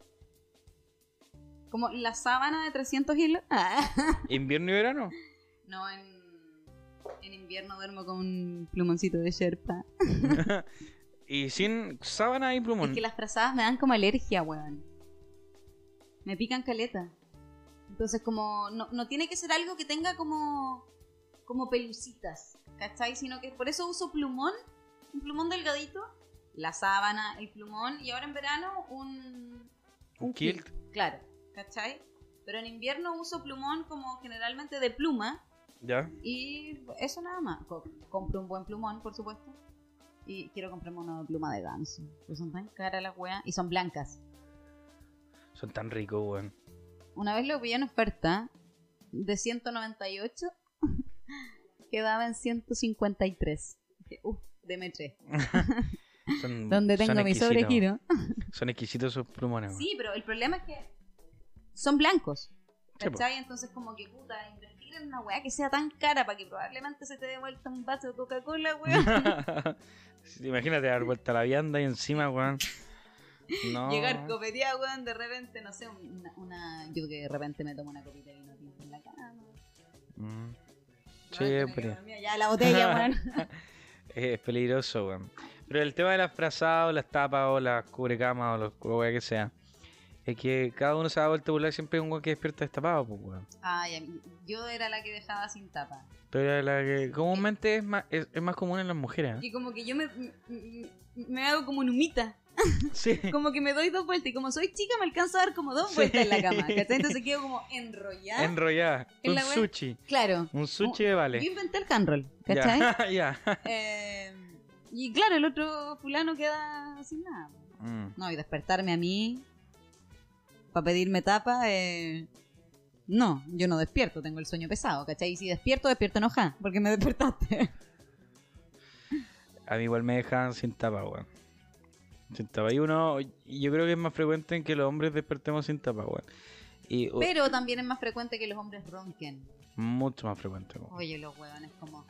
Como la sábana de 300 hilos. Ah. ¿Invierno y verano? No, en, en invierno duermo con un plumoncito de sherpa. y sin sábana y plumón. Es que las frazadas me dan como alergia, weón. Me pican caleta. Entonces, como, no, no tiene que ser algo que tenga como, como pelucitas, ¿cachai? Sino que por eso uso plumón, un plumón delgadito, la sábana, el plumón, y ahora en verano un, Un kilt. Claro, ¿cachai? Pero en invierno uso plumón como generalmente de pluma Ya. y eso nada más. Co- compro un buen plumón, por supuesto. Y quiero comprarme una pluma de ganso. Pues son tan caras las weas y son blancas. Son tan ricos, weón. Una vez lo pillé en oferta de 198, quedaba en 153. Dije, Uf, deme tres. Son- Donde son tengo mi exquisitos. sobregiro. Son exquisitos esos plumones, weón. Sí, pero el problema es que son blancos. Sí, po. ¿Cachai? Entonces, como que puta, invertir en una weá que sea tan cara para que probablemente se te dé vuelta un vaso de Coca-Cola, weón. Sí, Imagínate dar vuelta la vianda y encima, weón. Mm, No. Llegar copeteado, weón, de repente, no sé, una, una- Yo que de repente me tomo una copita de vino tinto en la cama. Mm. Weón, que me Siempre. quedo dormida, Ya la botella, weón. Es peligroso, weón. Pero el tema de las frazadas, o las tapas, o las cubrecamas, o los weón que sea, es que cada uno se da vuelta a burlar siempre un weón que despierta destapado, pues, weón. Ay, a mí- yo era la que dejaba sin tapa. Pero la que comúnmente es más, es, es más común en las mujeres. ¿eh? Y como que yo me, m- m- me hago como numita. Sí. Como que me doy dos vueltas. Y como soy chica, me alcanzo a dar como dos vueltas en la cama. ¿cachai? Entonces quedo como enrollada. Enrollada. En Un la weá. sushi. claro. Un sushi de vale. Yo inventé el handroll, ¿cachai? Ya. ya. Eh, y claro, el otro fulano queda sin nada. Mm. No, y despertarme a mí para pedirme tapa, eh, no, yo no despierto, tengo el sueño pesado, ¿cachai? Y si despierto, despierto enojada, porque me despertaste. A mí igual me dejan sin tapa, weón. Sin tapa. Y uno, y yo creo que es más frecuente en que los hombres despertemos sin tapa, weón. Y uh, u- Pero también es más frecuente que los hombres ronquen. mucho más frecuente, weón. Oye, los huevones como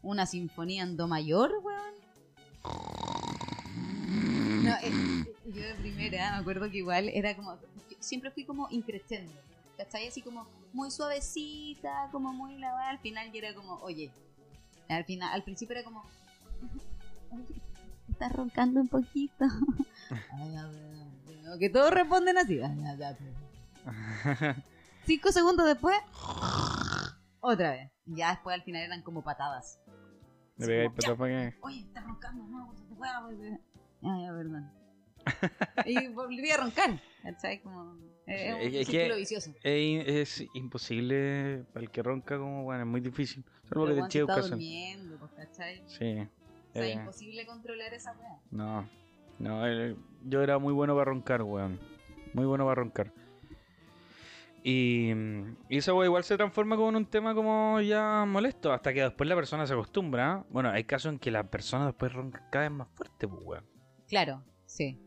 una sinfonía en do mayor, huevón. No, eh, yo de primera me acuerdo que igual era como, yo siempre fui como increciendo, ¿cachai? Así como muy suavecita, como muy lavada, al final yo era como, oye, al final, al principio era como, oye, estás roncando un poquito. Ay, ya, weón, weón, que todos responden así, ay, ya, ya, weón. Cinco segundos después, otra vez. Ya después al final eran como patadas. Le Así pegáis como, patas para "Ya, Oye, estás roncando, no, te puedo volver". Ah, ya, perdón. y volví a roncar. ¿Cachai? Como. eh, Es Es que- un es que- círculo vicioso. Es, imposible para el que ronca, como, bueno, es muy difícil. Pero Solo que te cuando está chicas durmiendo, pues, ¿cachai? Sí. O sea, Eh, imposible controlar esa weá. no. No, eh, yo era muy bueno para roncar, weón. Muy bueno para roncar. Y, y esa weá igual se transforma como en un tema como ya molesto, hasta que después la persona se acostumbra. ¿eh? Bueno, hay casos en que la persona después ronca cada vez más fuerte, pues, weón. Claro, sí.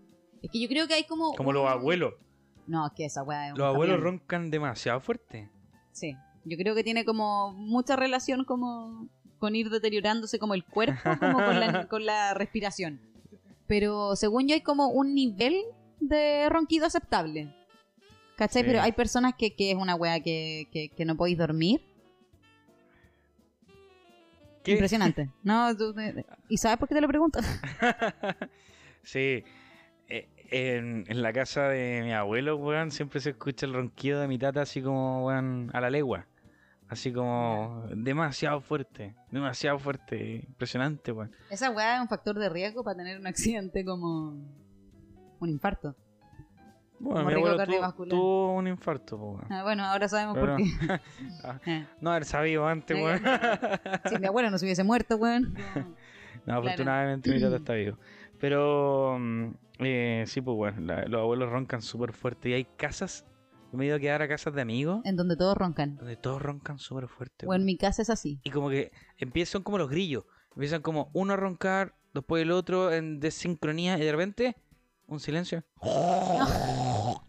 Es que yo creo que hay como. Como los un- abuelos. No, es que esa weá es un Los abuelos camión. roncan demasiado fuerte. Sí. Yo creo que tiene como mucha relación como con ir deteriorándose como el cuerpo, como con la, con la respiración. Pero según yo hay como un nivel de ronquido aceptable. ¿Cachai? Sí. Pero hay personas que, que es una wea que, que, que no podéis dormir. ¿Qué? Impresionante. No, tú- te- ¿Y sabes por qué te lo pregunto? sí. Eh, En, en la casa de mi abuelo, weón, siempre se escucha el ronquido de mi tata así como, weón, a la legua. Así como, demasiado fuerte, demasiado fuerte, impresionante, weón. Esa wea es un factor de riesgo para tener un accidente como un infarto. Como Bueno, mi riesgo abuelo tuvo, cardiovascular. tuvo un infarto, po, weón. Ah, bueno, ahora sabemos Pero- por qué. Eh. No haber sabido antes, No, weón. Si mi abuela no se hubiese muerto, weón. No, afortunadamente mi tata está vivo. Pero, mm, eh, sí, pues, weón, la- los abuelos roncan súper fuerte y hay casas, me he ido a quedar a casas de amigos En donde todos roncan. donde todos roncan súper fuerte. O en este weón. mi casa es así. Y como que empiezan como los grillos. Empiezan como uno a roncar, después el otro en desincronía y de repente un silencio.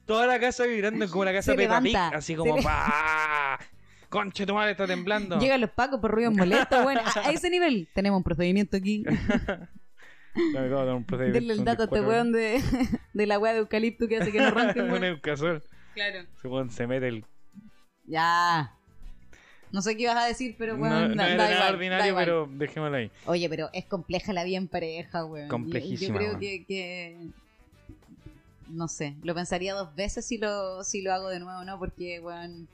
Toda la casa vibrando como la casa Se de Peppa Pig, levanta, así se como le- ¡pa! Conche tu madre está temblando. Llegan los pacos por ruidos molestos, bueno, a, a ese nivel tenemos un procedimiento aquí. Ya me acabo de dar un procedimiento, Denle el un dato a este disparo. weón de, de la weá de eucalipto que hace que no ronque. Bueno, weón. en casual. Claro. Se, pone- se mete el. Ya. No sé qué ibas a decir, pero no, weón, no da, era da nada igual, da ordinario, igual. pero dejémoslo ahí. Oye, pero es compleja la vida en pareja, weón. Complejísima, Yo creo weón. que, que- No sé, lo pensaría dos veces si lo, si lo hago de nuevo, ¿no? Porque, weón...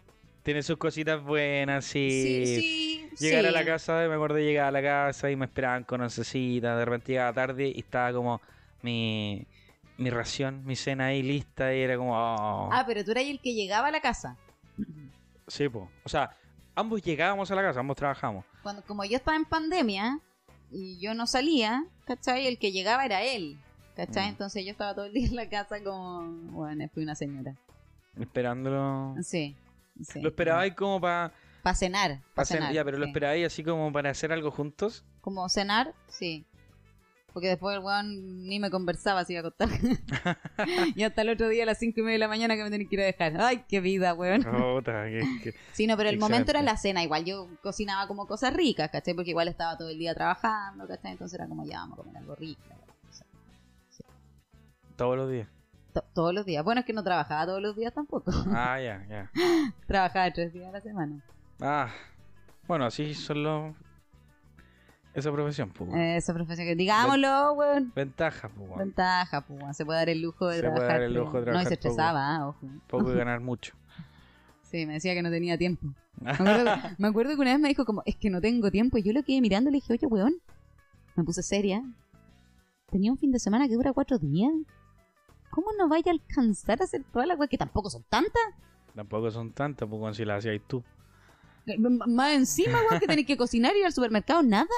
Tiene sus cositas buenas, sí. sí, sí. Llegar a sí. la casa, me acuerdo de llegar a la casa y me esperaban con oncecita, de repente llegaba tarde y estaba como mi, mi ración, mi cena ahí lista y era como... oh. Ah, pero tú eras el que llegaba a la casa. Sí, po. O sea, ambos llegábamos a la casa, ambos trabajamos. cuando como yo estaba en pandemia y yo no salía, ¿cachai? El que llegaba era él, ¿cachai? Mm. Entonces yo estaba todo el día en la casa como, bueno, fui una señora. Esperándolo... Sí. Ah, sí. Lo esperabais como para... Para cenar. Para cenar. ya, pero lo sí. esperabais así como para hacer algo juntos. Como cenar, sí. Porque después el weón ni me conversaba si iba a contar. y hasta el otro día a las cinco y media de la mañana que me tenía que ir a dejar. Ay, qué vida, weón. Puta, que- que- Sí, no, pero el momento era Excelente. la cena. Igual yo cocinaba como cosas ricas, ¿cachai? Porque igual estaba todo el día trabajando, ¿cachai? Entonces era como, ya, vamos a comer algo rico. Todos los días. To- todos los días. Bueno, es que no trabajaba todos los días tampoco. Ah, ya, ya. trabajaba tres días a la semana. Ah, bueno, así son los... Esa profesión, pues. weón. Eh, esa profesión que digámoslo, weón. Ventaja, pues. weón. Ventaja, pues, weón. Se puede dar el lujo de Se puede trabajar. dar el pero- lujo de No, y se trabajar poco. estresaba, ah, ojo. Poco y ganar mucho. Sí, me decía que no tenía tiempo. Me acuerdo, que, me acuerdo que una vez me dijo como, es que no tengo tiempo. Y yo lo quedé mirando y le dije, oye, weón. Me puse seria. Tenía un fin de semana que dura cuatro días. ¿Cómo no vaya a alcanzar a hacer toda la weón? Que tampoco son tantas. Tampoco son tantas, pues, weón, si las hacías tú. M- Más encima, weón, que tenés que cocinar, ir al supermercado, nada.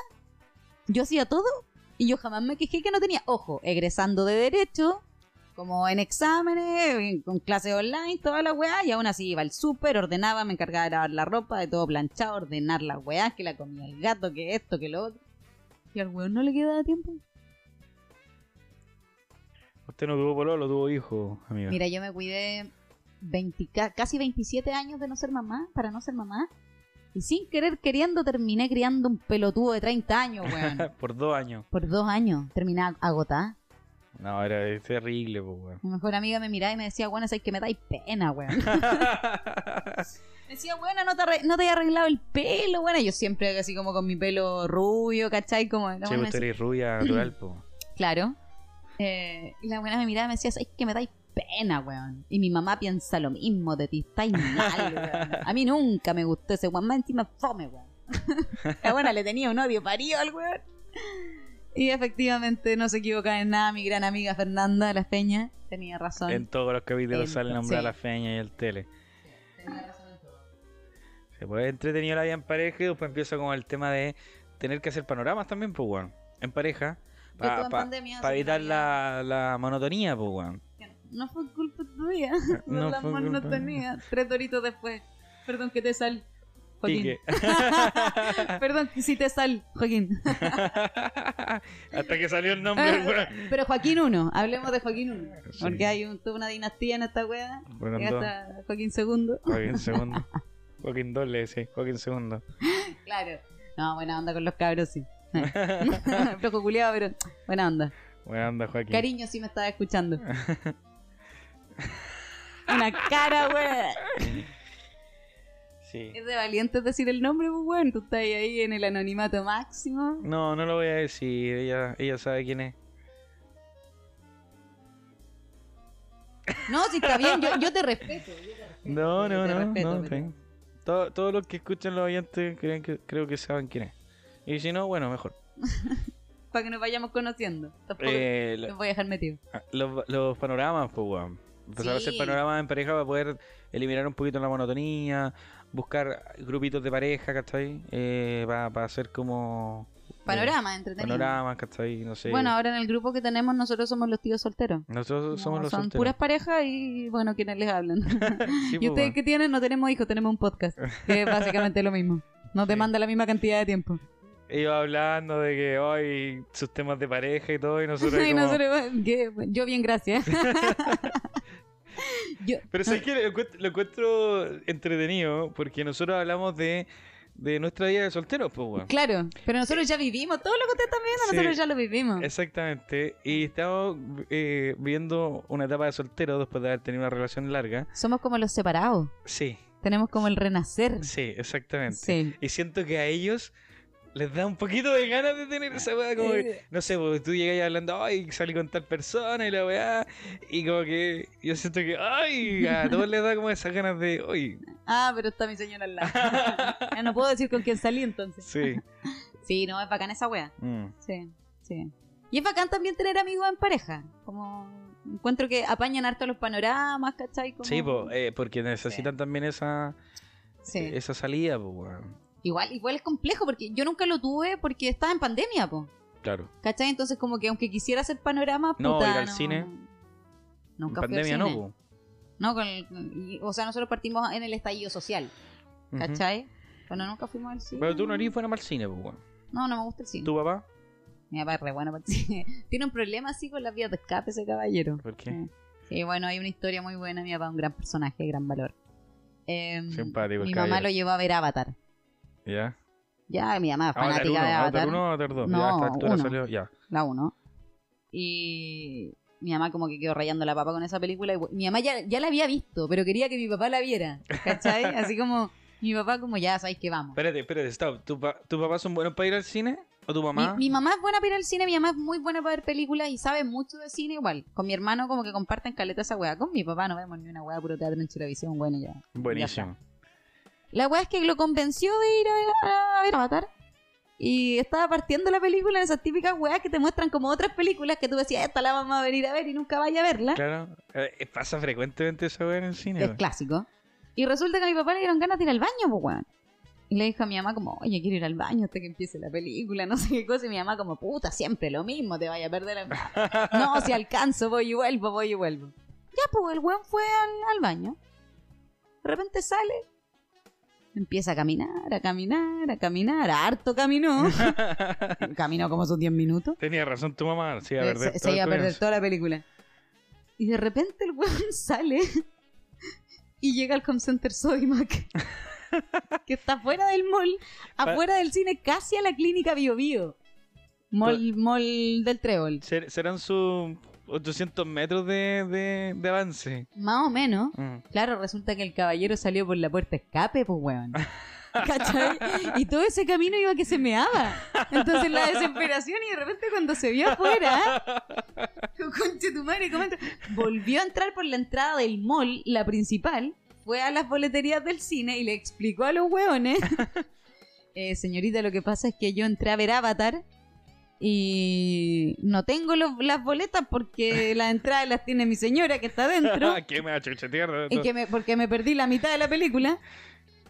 Yo hacía todo y yo jamás me quejé que no tenía. Ojo, egresando de Derecho, como en exámenes, en- con clases online, toda la weá, y aún así iba al súper, ordenaba, me encargaba de lavar la ropa, de todo planchado, ordenar las weá, que la comía el gato, que esto, que lo otro. Y al weón no le quedaba tiempo. Usted no tuvo pololo, tuvo hijo, amiga. Mira, yo me cuidé 20 ca- casi 27 años de no ser mamá, para no ser mamá. Y sin querer queriendo terminé criando un pelotudo de 30 años, weón. Por dos años. Por dos años terminaba agotada. No, era es terrible, pues, weón. Mi mejor amiga me miraba y me decía, bueno, sabes que me dais pena, weón. Me decía, bueno, no te, arre- no te he arreglado el pelo, bueno. Yo siempre así como con mi pelo rubio, ¿cachai? Como, la Che, buena me decía- usted pues, eres rubia natural, pues. claro. Eh, y la buena me miraba y me decía, sabes que me dais pena, weón. Y mi mamá piensa lo mismo de ti, estáis mal, weón. A mí nunca me gustó ese weón, más encima fome, weón. la buena le tenía un odio parido al weón. Y efectivamente no se equivocaba en nada mi gran amiga Fernanda de las Peñas. Tenía razón. En todos los capítulos En- sale nombrar sí. a la feña y el tele. Tenía razón en todo. Se puede entretenido la vida en pareja y después empieza con el tema de tener que hacer panoramas también, pues, weón. En pareja. Yo estuve Para en pandemia, así que evitar no la, la monotonía, pues, weón. había- No fue culpa tuya. No la fue culpa monotonía. Tres doritos después. Perdón que te sal. Joaquín. Tique. Perdón que sí te sal, Joaquín. Hasta que salió el nombre, weón. Pero Joaquín 1, hablemos de Joaquín 1. Sí. Porque hay un, toda una dinastía en esta wea. Bueno, Y dos. hasta Joaquín II. Joaquín segundo. Joaquín dos le decía, Joaquín segundo. Claro. No, buena onda con los cabros, sí. Flojo culiado, pero buena onda. Buena onda, Joaquín. Cariño, sí me estaba escuchando. Una cara, wea. Sí. Es de valientes decir el nombre, pues weón. Tú estás ahí en el anonimato máximo. No, no lo voy a decir. Ella, ella sabe quién es. No, si está bien, yo, yo te respeto. yo te respeto, No, yo no, te no. respeto, no, pero- está bien. Todo- todos los que escuchan los oyentes creen que, creo que saben quién es. Y si no, bueno, mejor. Para que nos vayamos conociendo. Tampoco Eh, la- ah, los voy a dejar metido. los, los panoramas, pues, weón. Empezar a hacer Sí. panoramas en pareja para poder eliminar un poquito la monotonía, buscar grupitos de pareja, ¿cachai? Eh, para, para hacer como... eh, Panorama, entretenido. panoramas, ¿cachai? No sé. Bueno, ahora en el grupo que tenemos nosotros somos los tíos solteros. Nosotros somos No, los son solteros. puras parejas y bueno, quienes les hablan. Sí, y pues, ustedes weón. que tienen, no tenemos hijos, tenemos un podcast. Que es básicamente lo mismo. Nos Sí. demanda la misma cantidad de tiempo. Ellos hablando de que hoy sus temas de pareja y todo, y nosotros... Y como- nosotros, bueno, que- yo bien, gracias. yo, Pero ¿sabes qué? Lo encuent- lo encuentro, entretenido porque nosotros hablamos de, de nuestra vida de solteros, pues, weón. Claro, pero nosotros ya vivimos, todo lo que ustedes están viendo, Sí. nosotros ya lo vivimos. Exactamente. Y estamos eh, viendo una etapa de soltero después de haber tenido una relación larga. Somos como los separados, Sí, tenemos como el renacer. sí, exactamente. Sí. Y siento que a ellos les da un poquito de ganas de tener esa weá como que, Eh, no sé, porque tú llegas ahí hablando, ay, salí con tal persona y la weá, y como que yo siento que, ay, a todos les da como esas ganas de, uy, Ah, pero está mi señora al lado. ya no puedo decir con quién salí entonces. sí. Sí, no, es bacán esa wea. Mm. Sí, sí. Y es bacán también tener amigos en pareja. Como encuentro que apañan harto los panoramas, ¿cachai? Como- Sí, po, eh, porque necesitan también esa, Sí. esa salida, po, weón. Igual, igual es complejo porque yo nunca lo tuve porque estaba en pandemia, po. Claro. ¿Cachai? Entonces como que aunque quisiera hacer panoramas, No, puta, ir al cine. En Nunca fui al pandemia cine. no, pues. po. No, con el- y- o sea, nosotros partimos en el estallido social, Ujú. ¿cachai? Bueno, nunca fuimos al cine. Pero tú no eres buena para el cine, po, weón. No, no me gusta el cine. ¿Tu papá? Mi papá es re bueno para el cine. Tiene un problema así con las vías de escape ese caballero. ¿Por qué? Sí. Y bueno, hay una historia muy buena. Mi papá es un gran personaje, gran valor. Eh, Simpático el Mi mamá caballero. lo llevó a ver Avatar. ¿Ya? Ah, Ya, mi mamá es Avatar fanática 1, de Avatar Avatar, 1 o Avatar 2. ya, a No, esta altura uno. salió, ya. la 1. Y mi mamá como que quedó rayando la papa con esa película. y bu- mi mamá ya, ya la había visto, pero quería que mi papá la viera. ¿Cachai? Así como mi papá como ya sabéis que vamos. Espérate, espérate, stop. ¿Tu, pa- tu papá son buenos para ir al cine? ¿O tu mamá? Mi, mi mamá es buena para ir al cine, mi mamá es muy buena para ver películas y sabe mucho de cine igual. Con mi hermano como que comparten caleta esa weá. Con mi papá no vemos ni una weá puro teatro en televisión, bueno ya. Buenísimo. La weá es que lo convenció de ir a ver, a ver Avatar. Y estaba partiendo la película en esas típicas weas que te muestran como otras películas que tú decías, esta la vamos a venir a ver y nunca vaya a verla. Claro. Eh, pasa frecuentemente esa weá en el cine. Es weón. clásico. Y resulta que a mi papá le dieron ganas de ir al baño, pues, weón. Y le dijo a mi mamá como, oye, quiero ir al baño hasta que empiece la película, no sé qué cosa. Y mi mamá como, puta, siempre lo mismo, te vaya a perder la... no, si alcanzo, voy y vuelvo, voy y vuelvo. Ya, pues, el weón fue al, al baño. De repente sale, empieza a caminar, a caminar, a caminar, harto caminó. caminó como sus 10 minutos. Tenía razón tu mamá. Se iba a Eh, perder se, se todo el iba a perder comienzo. toda la película. Y de repente el weón sale y llega al home center Sodimac, que está fuera del mall, Pa- afuera del cine, casi a la clínica Bio Bio. Mall, mall del Trébol. Ser- serán sus 800 metros de, de, de avance. Más o menos. Mm. Claro, resulta que el caballero salió por la puerta escape, pues weón. ¿Cachai? Y todo ese camino iba que se meaba. Entonces la desesperación y de repente cuando se vio afuera, dijo, conche tu madre, ¿cómo entra-?" volvió a entrar por la entrada del mall, la principal, fue a las boleterías del cine y le explicó a los weones. "Eh, señorita, lo que pasa es que yo entré a ver Avatar y no tengo los- las boletas porque las entradas las tiene mi señora que está adentro. que me va a chuchetear de Y todo. que me- porque me perdí la mitad de la película.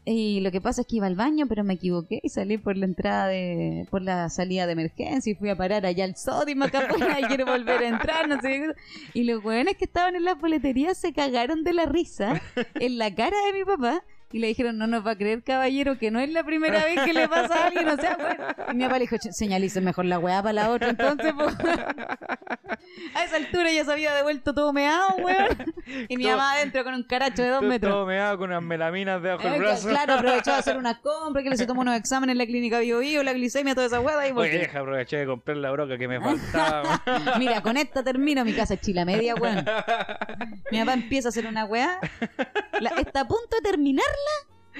Y lo que pasa es que iba al baño, pero me equivoqué y salí por la entrada de. por la salida de emergencia y fui a parar allá al sódimo acá afuera, y quiero volver a entrar, no sé qué cosa. Y los hueones que estaban en las boleterías se cagaron de la risa en la cara de mi papá y le dijeron, no nos va a creer, caballero, que no es la primera vez que le pasa a alguien, o sea, bueno. Y mi papá le dijo, "Ch- señalice mejor la weá para la otra, entonces, po". A esa altura ya se había devuelto todo meado, weón. Y mi Todo- mamá adentro con un caracho de dos Todo- metros. Todo meado con unas melaminas debajo Eh, del que- brazo. Claro, aprovechó a hacer una compra, que le se tomó unos exámenes en la clínica Bio Bio, la glicemia, toda esa hueá. Y Oye, volvió. deja aproveché de comprar la broca que me faltaba. Mira, con esta termino mi casa es chila media, weón. Mi papá empieza a hacer una weá, la- está a punto de terminarla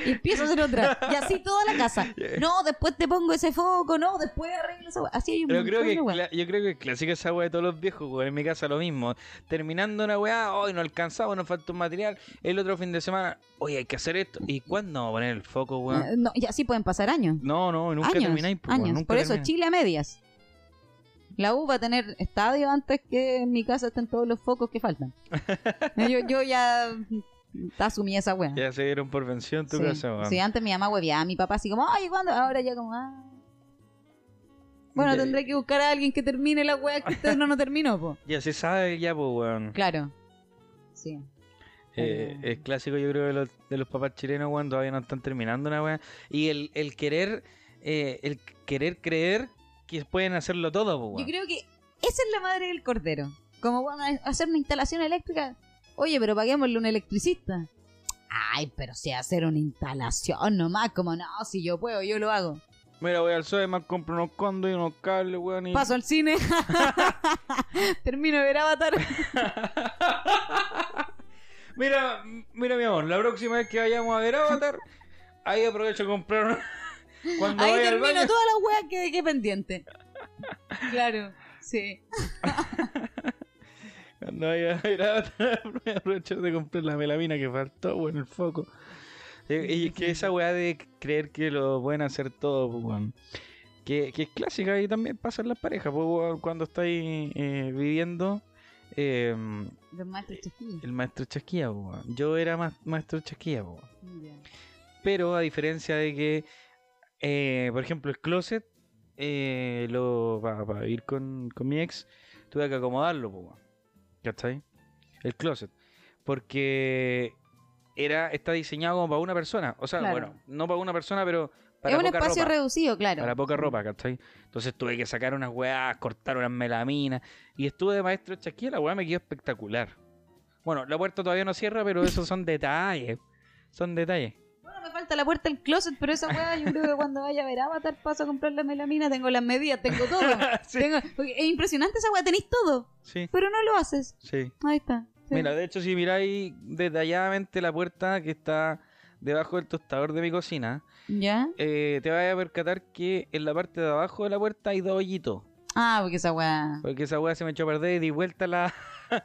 y empieza a hacer otra. Y así toda la casa. No, después te pongo ese foco, no, después arreglo esa weá. Así hay un Pero creo montón que, de weá. cla- yo creo que es clásica esa weá de todos los viejos, weón. En mi casa lo mismo. Terminando una weá, hoy no alcanzamos, nos falta un material. El otro fin de semana, hoy hay que hacer esto. ¿Y cuándo vamos a poner el foco, weón? Eh, no, y así pueden pasar años. No, no, nunca años, termináis, po, weón, años. nunca Por eso, termináis. Chile a medias. La U va a tener estadio antes que en mi casa estén todos los focos que faltan. yo, yo ya asumí esa wea. Ya se dieron por vención tu sí. casa, weón. Sí, antes mi mamá hueveaba a mi papá así como, ay, ¿cuándo? Ahora ya como, ah. Bueno, Ya- tendré que buscar a alguien que termine la wea que usted no, no terminó, po. Ya se sabe, ya, pues, weón. Claro. Sí. Eh, Pero- es clásico, yo creo, de los, de los papás chilenos, weón, todavía no están terminando una weá. Y el, el querer, eh, el querer creer que pueden hacerlo todo, po, Yo weón. creo que esa es la madre del cordero. Como van a hacer una instalación eléctrica. Oye, pero paguémosle un electricista. Ay, pero si hacer una instalación nomás, como no, si yo puedo, yo lo hago. Mira, voy al Sode, más compro unos condos y unos cables, weón. Y... Paso al cine. Termino de ver Avatar. Mira, mira, mi amor, la próxima vez que vayamos a ver Avatar, ahí aprovecho a comprar una- Cuando Ahí vaya al termino baño. todas las weas que dejé pendiente. Claro, sí. Cuando vaya a ver Avatar, voy a aprovechar de comprar la melamina que faltó, weón, el foco. Y, y es que esa weá de creer que lo pueden hacer todo, pues, weón. Que, que es clásica y también pasa en las parejas, pues, weón, cuando estáis eh, viviendo. eh, Los maestros chiquillos. El maestro chasquilla, po, weón. yo era ma- maestro chasquilla, pues, po. Ya. pero a diferencia de que, eh, por ejemplo, el closet, eh, lo, para, vivir con, con mi ex, tuve que acomodarlo, po, weón. ¿cachai? El closet, porque era está diseñado como para una persona, o sea, Claro. bueno, no para una persona, pero para Es un poca espacio ropa. reducido, claro. Para poca ropa, ¿cachai? Entonces tuve que sacar unas weas, cortar unas melaminas. Y estuve de maestro chasquilla, la weá me quedó espectacular. Bueno, la puerta todavía no cierra, pero esos son detalles. Son detalles. Bueno, me falta la puerta del closet, pero esa weá yo creo que cuando vaya a ver Avatar paso a comprar la melamina, tengo las medidas, tengo todo. Sí. Tengo- porque es impresionante esa weá, tenéis todo, Sí, pero no lo haces. sí. Ahí está. Sí. Mira, de hecho, si miráis detalladamente la puerta que está debajo del tostador de mi cocina, ¿Ya? eh, te vas a percatar que en la parte de abajo de la puerta hay dos hoyitos. Ah, porque esa weá. Porque esa weá se me echó a perder y di vuelta la.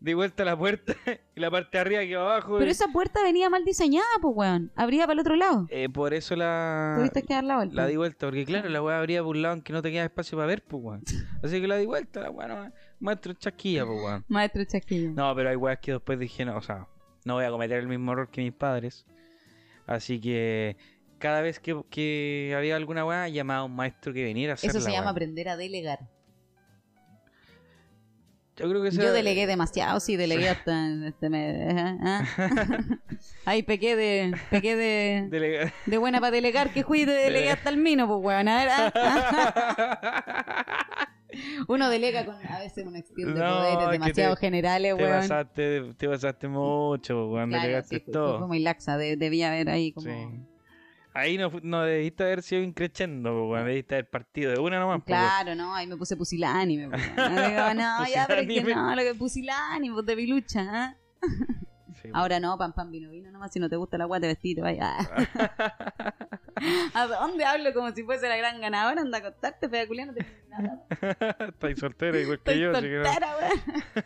di vuelta la puerta y la parte de arriba quedó abajo. eh, Pero y- esa puerta venía mal diseñada, pues weón. Abría para el otro lado. eh, por eso la. Tuviste que dar la vuelta. Ah, La di vuelta, porque claro, la weá abría por un lado que no te queda espacio para ver, pues weón. Así que la di vuelta, la weá no maestro chasquilla, pues weón. Maestro Chasquillo. No, pero hay weas que después dije, no, o sea, no voy a cometer el mismo error que mis padres. Así que cada vez que, que había alguna wea, llamaba a un maestro que viniera a hacer Eso la se llama wea. aprender a delegar. Yo creo que eso Yo era- delegué demasiado, sí, delegué hasta este me- ajá, ah. Ay, pequé de, pequé de, delega- de buena para delegar, que fui de Eh. delegué hasta el mino, pues weón. A ver, ah, ah. Uno delega con a veces uno extiende No, poderes que demasiado te- generales, te, weón. pasaste, te pasaste mucho, weón, Claro, delegaste sí, fue- todo. fue muy laxa, de- debía haber ahí como... Sí. Ahí no, fu- no debiste haber sido increchendo, weón, debiste haber partido de una nomás. po, weón. Claro, no, ahí me puse pusilánime. po. No, digo, no, ya, pero es que Pusilánime. no, lo que pusilánime, pues, de pilucha. ¿ah? Sí, po. Ahora no, pan, pan, vino, vino, nomás si no te gusta la agua te vestí, te vaya. Ah. ¿A dónde hablo como si fuese la gran ganadora? Anda a acostarte, pega culiano, te nada. Estáis soltera igual que Estoy yo, así que no, soltera, weón.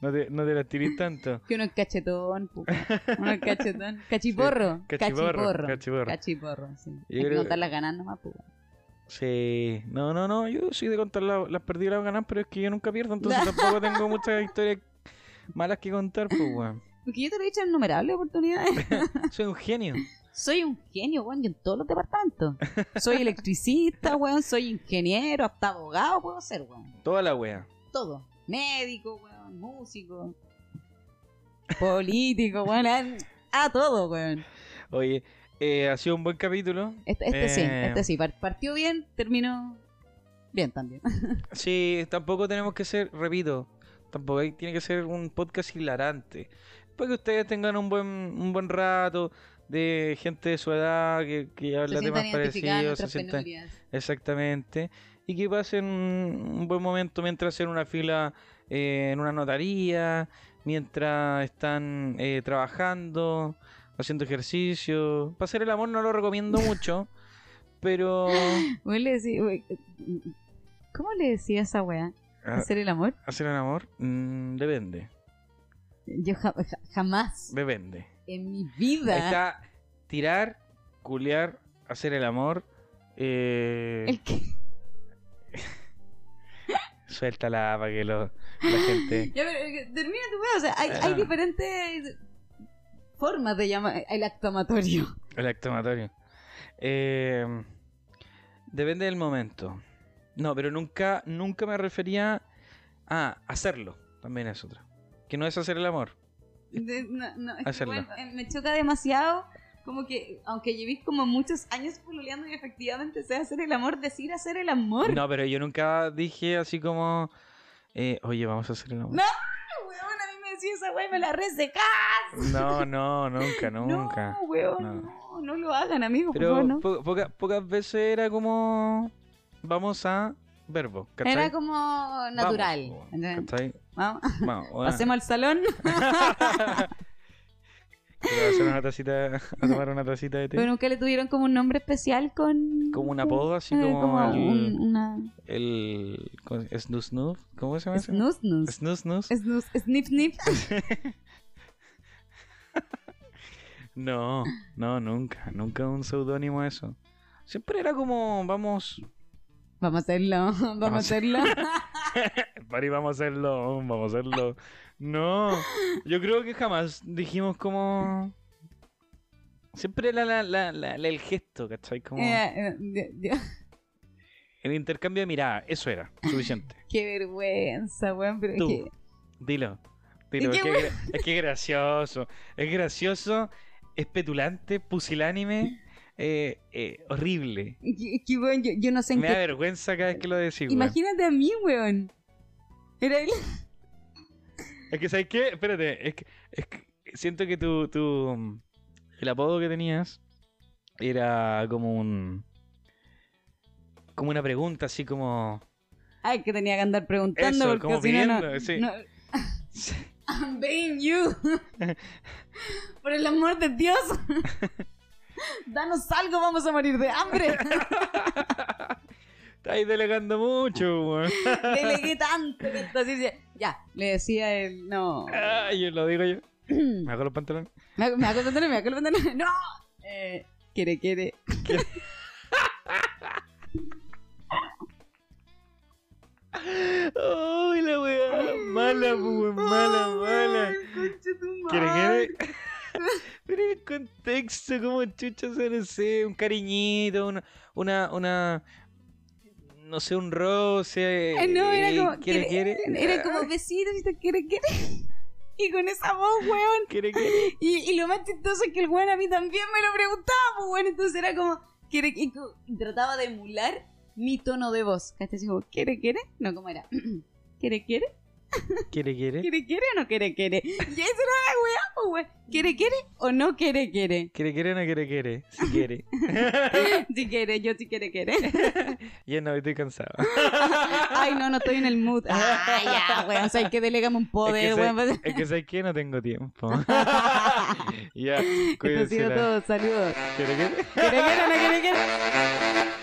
no te, no te la tirís tanto. Que uno es cachetón, po, uno es cachetón. Cachiporro, cachiporro, cachiporro, cachiporro. cachiporro, sí. Yo Hay que creo- contar las ganas nomás, po. Sí, no, no, no, yo soy de contar la- las perdidas y las ganas, pero es que yo nunca pierdo, entonces tampoco tengo muchas historias malas que contar, pues, weón. Porque yo te lo he dicho en innumerables oportunidades. Soy un genio. Soy un genio, weón, y en todos los departamentos. Soy electricista, weón, soy ingeniero, hasta abogado puedo ser, weón. Toda la wea. Todo. Médico, weón, músico, político, weón. A, a todo, weón. Oye, eh, ha sido un buen capítulo. Este, este sí, Eh. este sí. par- partió bien, terminó bien también. Sí, tampoco tenemos que ser, repito, tampoco hay- tiene que ser un podcast hilarante. Para que ustedes tengan un buen, un buen rato de gente de su edad que, que habla temas parecidos, se nuestras sientan penurias. Exactamente. Y que pasen un buen momento mientras hacen una fila eh, en una notaría, mientras están eh, trabajando, haciendo ejercicio. Para hacer el amor no lo recomiendo mucho, pero Weón, le decí- we- ¿Cómo le decía a esa weá? Ah. ¿Hacer el amor? hacer el amor mm, depende, Yo ja- ja- jamás depende. en mi Ahí vida. está tirar, culear, hacer el amor. eh, El que- Suéltala para que lo, la gente... Ya, pero eh, termina tu weá. O sea, hay, hay Ah. diferentes formas de llamar el acto amatorio. El acto amatorio. Eh, depende del momento. No, pero nunca, nunca me refería a hacerlo. También es otra. Que no es hacer el amor. De- no, no, es que, Hacerlo. bueno, eh, me choca demasiado. Como que, aunque llevéis como muchos años pululeando y efectivamente sea hacer el amor, decir hacer el amor. No, pero yo nunca dije así como, eh, oye, vamos a hacer el amor. No. Weón, a mí me decía esa weá y me la reseca. No, no, nunca, nunca. No, weón, No. no. no, lo hagan, amigos, por Pero favor, no. po- poca- pocas veces era como, vamos a verbo. ¿cachai? Era como Vamos, natural. po, ¿entendés? ¿cachai? Vamos, Vamos, bueno. pasemos al salón. Quiero hacer una tacita, a tomar una tacita de té. Pero nunca le tuvieron como un nombre especial con. Como un apodo, así Eh, como, el, un- una... el ¿cómo se- Snoo Snoo, ¿cómo se llama? ese? Snus, snus. Snoo Snoo. Snus, snip, snip. No, no, nunca, nunca un seudónimo eso. Siempre era como, vamos, Vamos a hacerlo, vamos a Vamos a- hacerlo. Pari, vamos a hacerlo, vamos a hacerlo. No, yo creo que jamás dijimos como... Siempre era la, la- la- la- el gesto, ¿cachai? Como Eh, eh, de- de- el intercambio de mirada, eso era, suficiente. Qué vergüenza, weón. Pero es Tú. que- Dilo. Dilo. qué Es que, gra- es que es gracioso. Es gracioso, es petulante, pusilánime, eh, eh, horrible. que, que, weón, yo, yo no sé en Me da qué. vergüenza cada vez que lo decís. weón. Imagínate a mí, weón. Era él. Es que, ¿sabes qué? Espérate. Es que, es que siento que tu, tu. mm, El apodo que tenías era como un. Como una pregunta, así como. Ay, que tenía que andar preguntando Eso, porque como si no, no, pidiendo, sí. no- I'm begging you. Por el amor de Dios. Danos algo, vamos a morir de hambre. Estáis delegando mucho, weón. Delegué tanto. que esto así se- Ya, le decía él, no. Ay, yo lo digo yo. Me hago los pantalones. Me hago, me hago el pantalón, me hago el pantalón. ¡No! Eh, quiere, quiere. Ay, la weá. Mala, pues, weón. Mala, mala. ¿Quiere, quiere? Pero en el contexto, como chucha, se no sé, un cariñito, una, una, una, no sé, un roce. Ay, Ah, no, era eh, como. ¿Quiere, Ah. quiere? Era como besito, besito, quiere, quiere. Y con esa voz, weón. ¿Quiere, quiere? Y, y lo más chistoso es que el weón a mí también me lo preguntaba, pues, weón. Entonces era como. ¿Quiere, quiere? Y trataba de emular mi tono de voz. ¿Cachai? Así como, ¿quiere, quiere? No, ¿cómo era? ¿Quiere, quiere? ¿Quiere, quiere? ¿Quiere, quiere o no quiere, quiere? Y esa era la weá, pues, weón. ¿Quiere, quiere o no quiere, quiere? ¿Quiere, quiere o no quiere, quiere? Si quiere. Si quiere, yo si quiere, quiere. Ya no, estoy cansado. Ay, no, no estoy en el mood. Ah, ya, weón. O sea, hay que delegame un es poder, que eh, weón. pues. sé- Es que sabes que no tengo tiempo. ya, Esto ha cuídense. sido todo. Saludos. ¿Quiere, quiere? ¿Quiere, quiere o no quiere, quiere?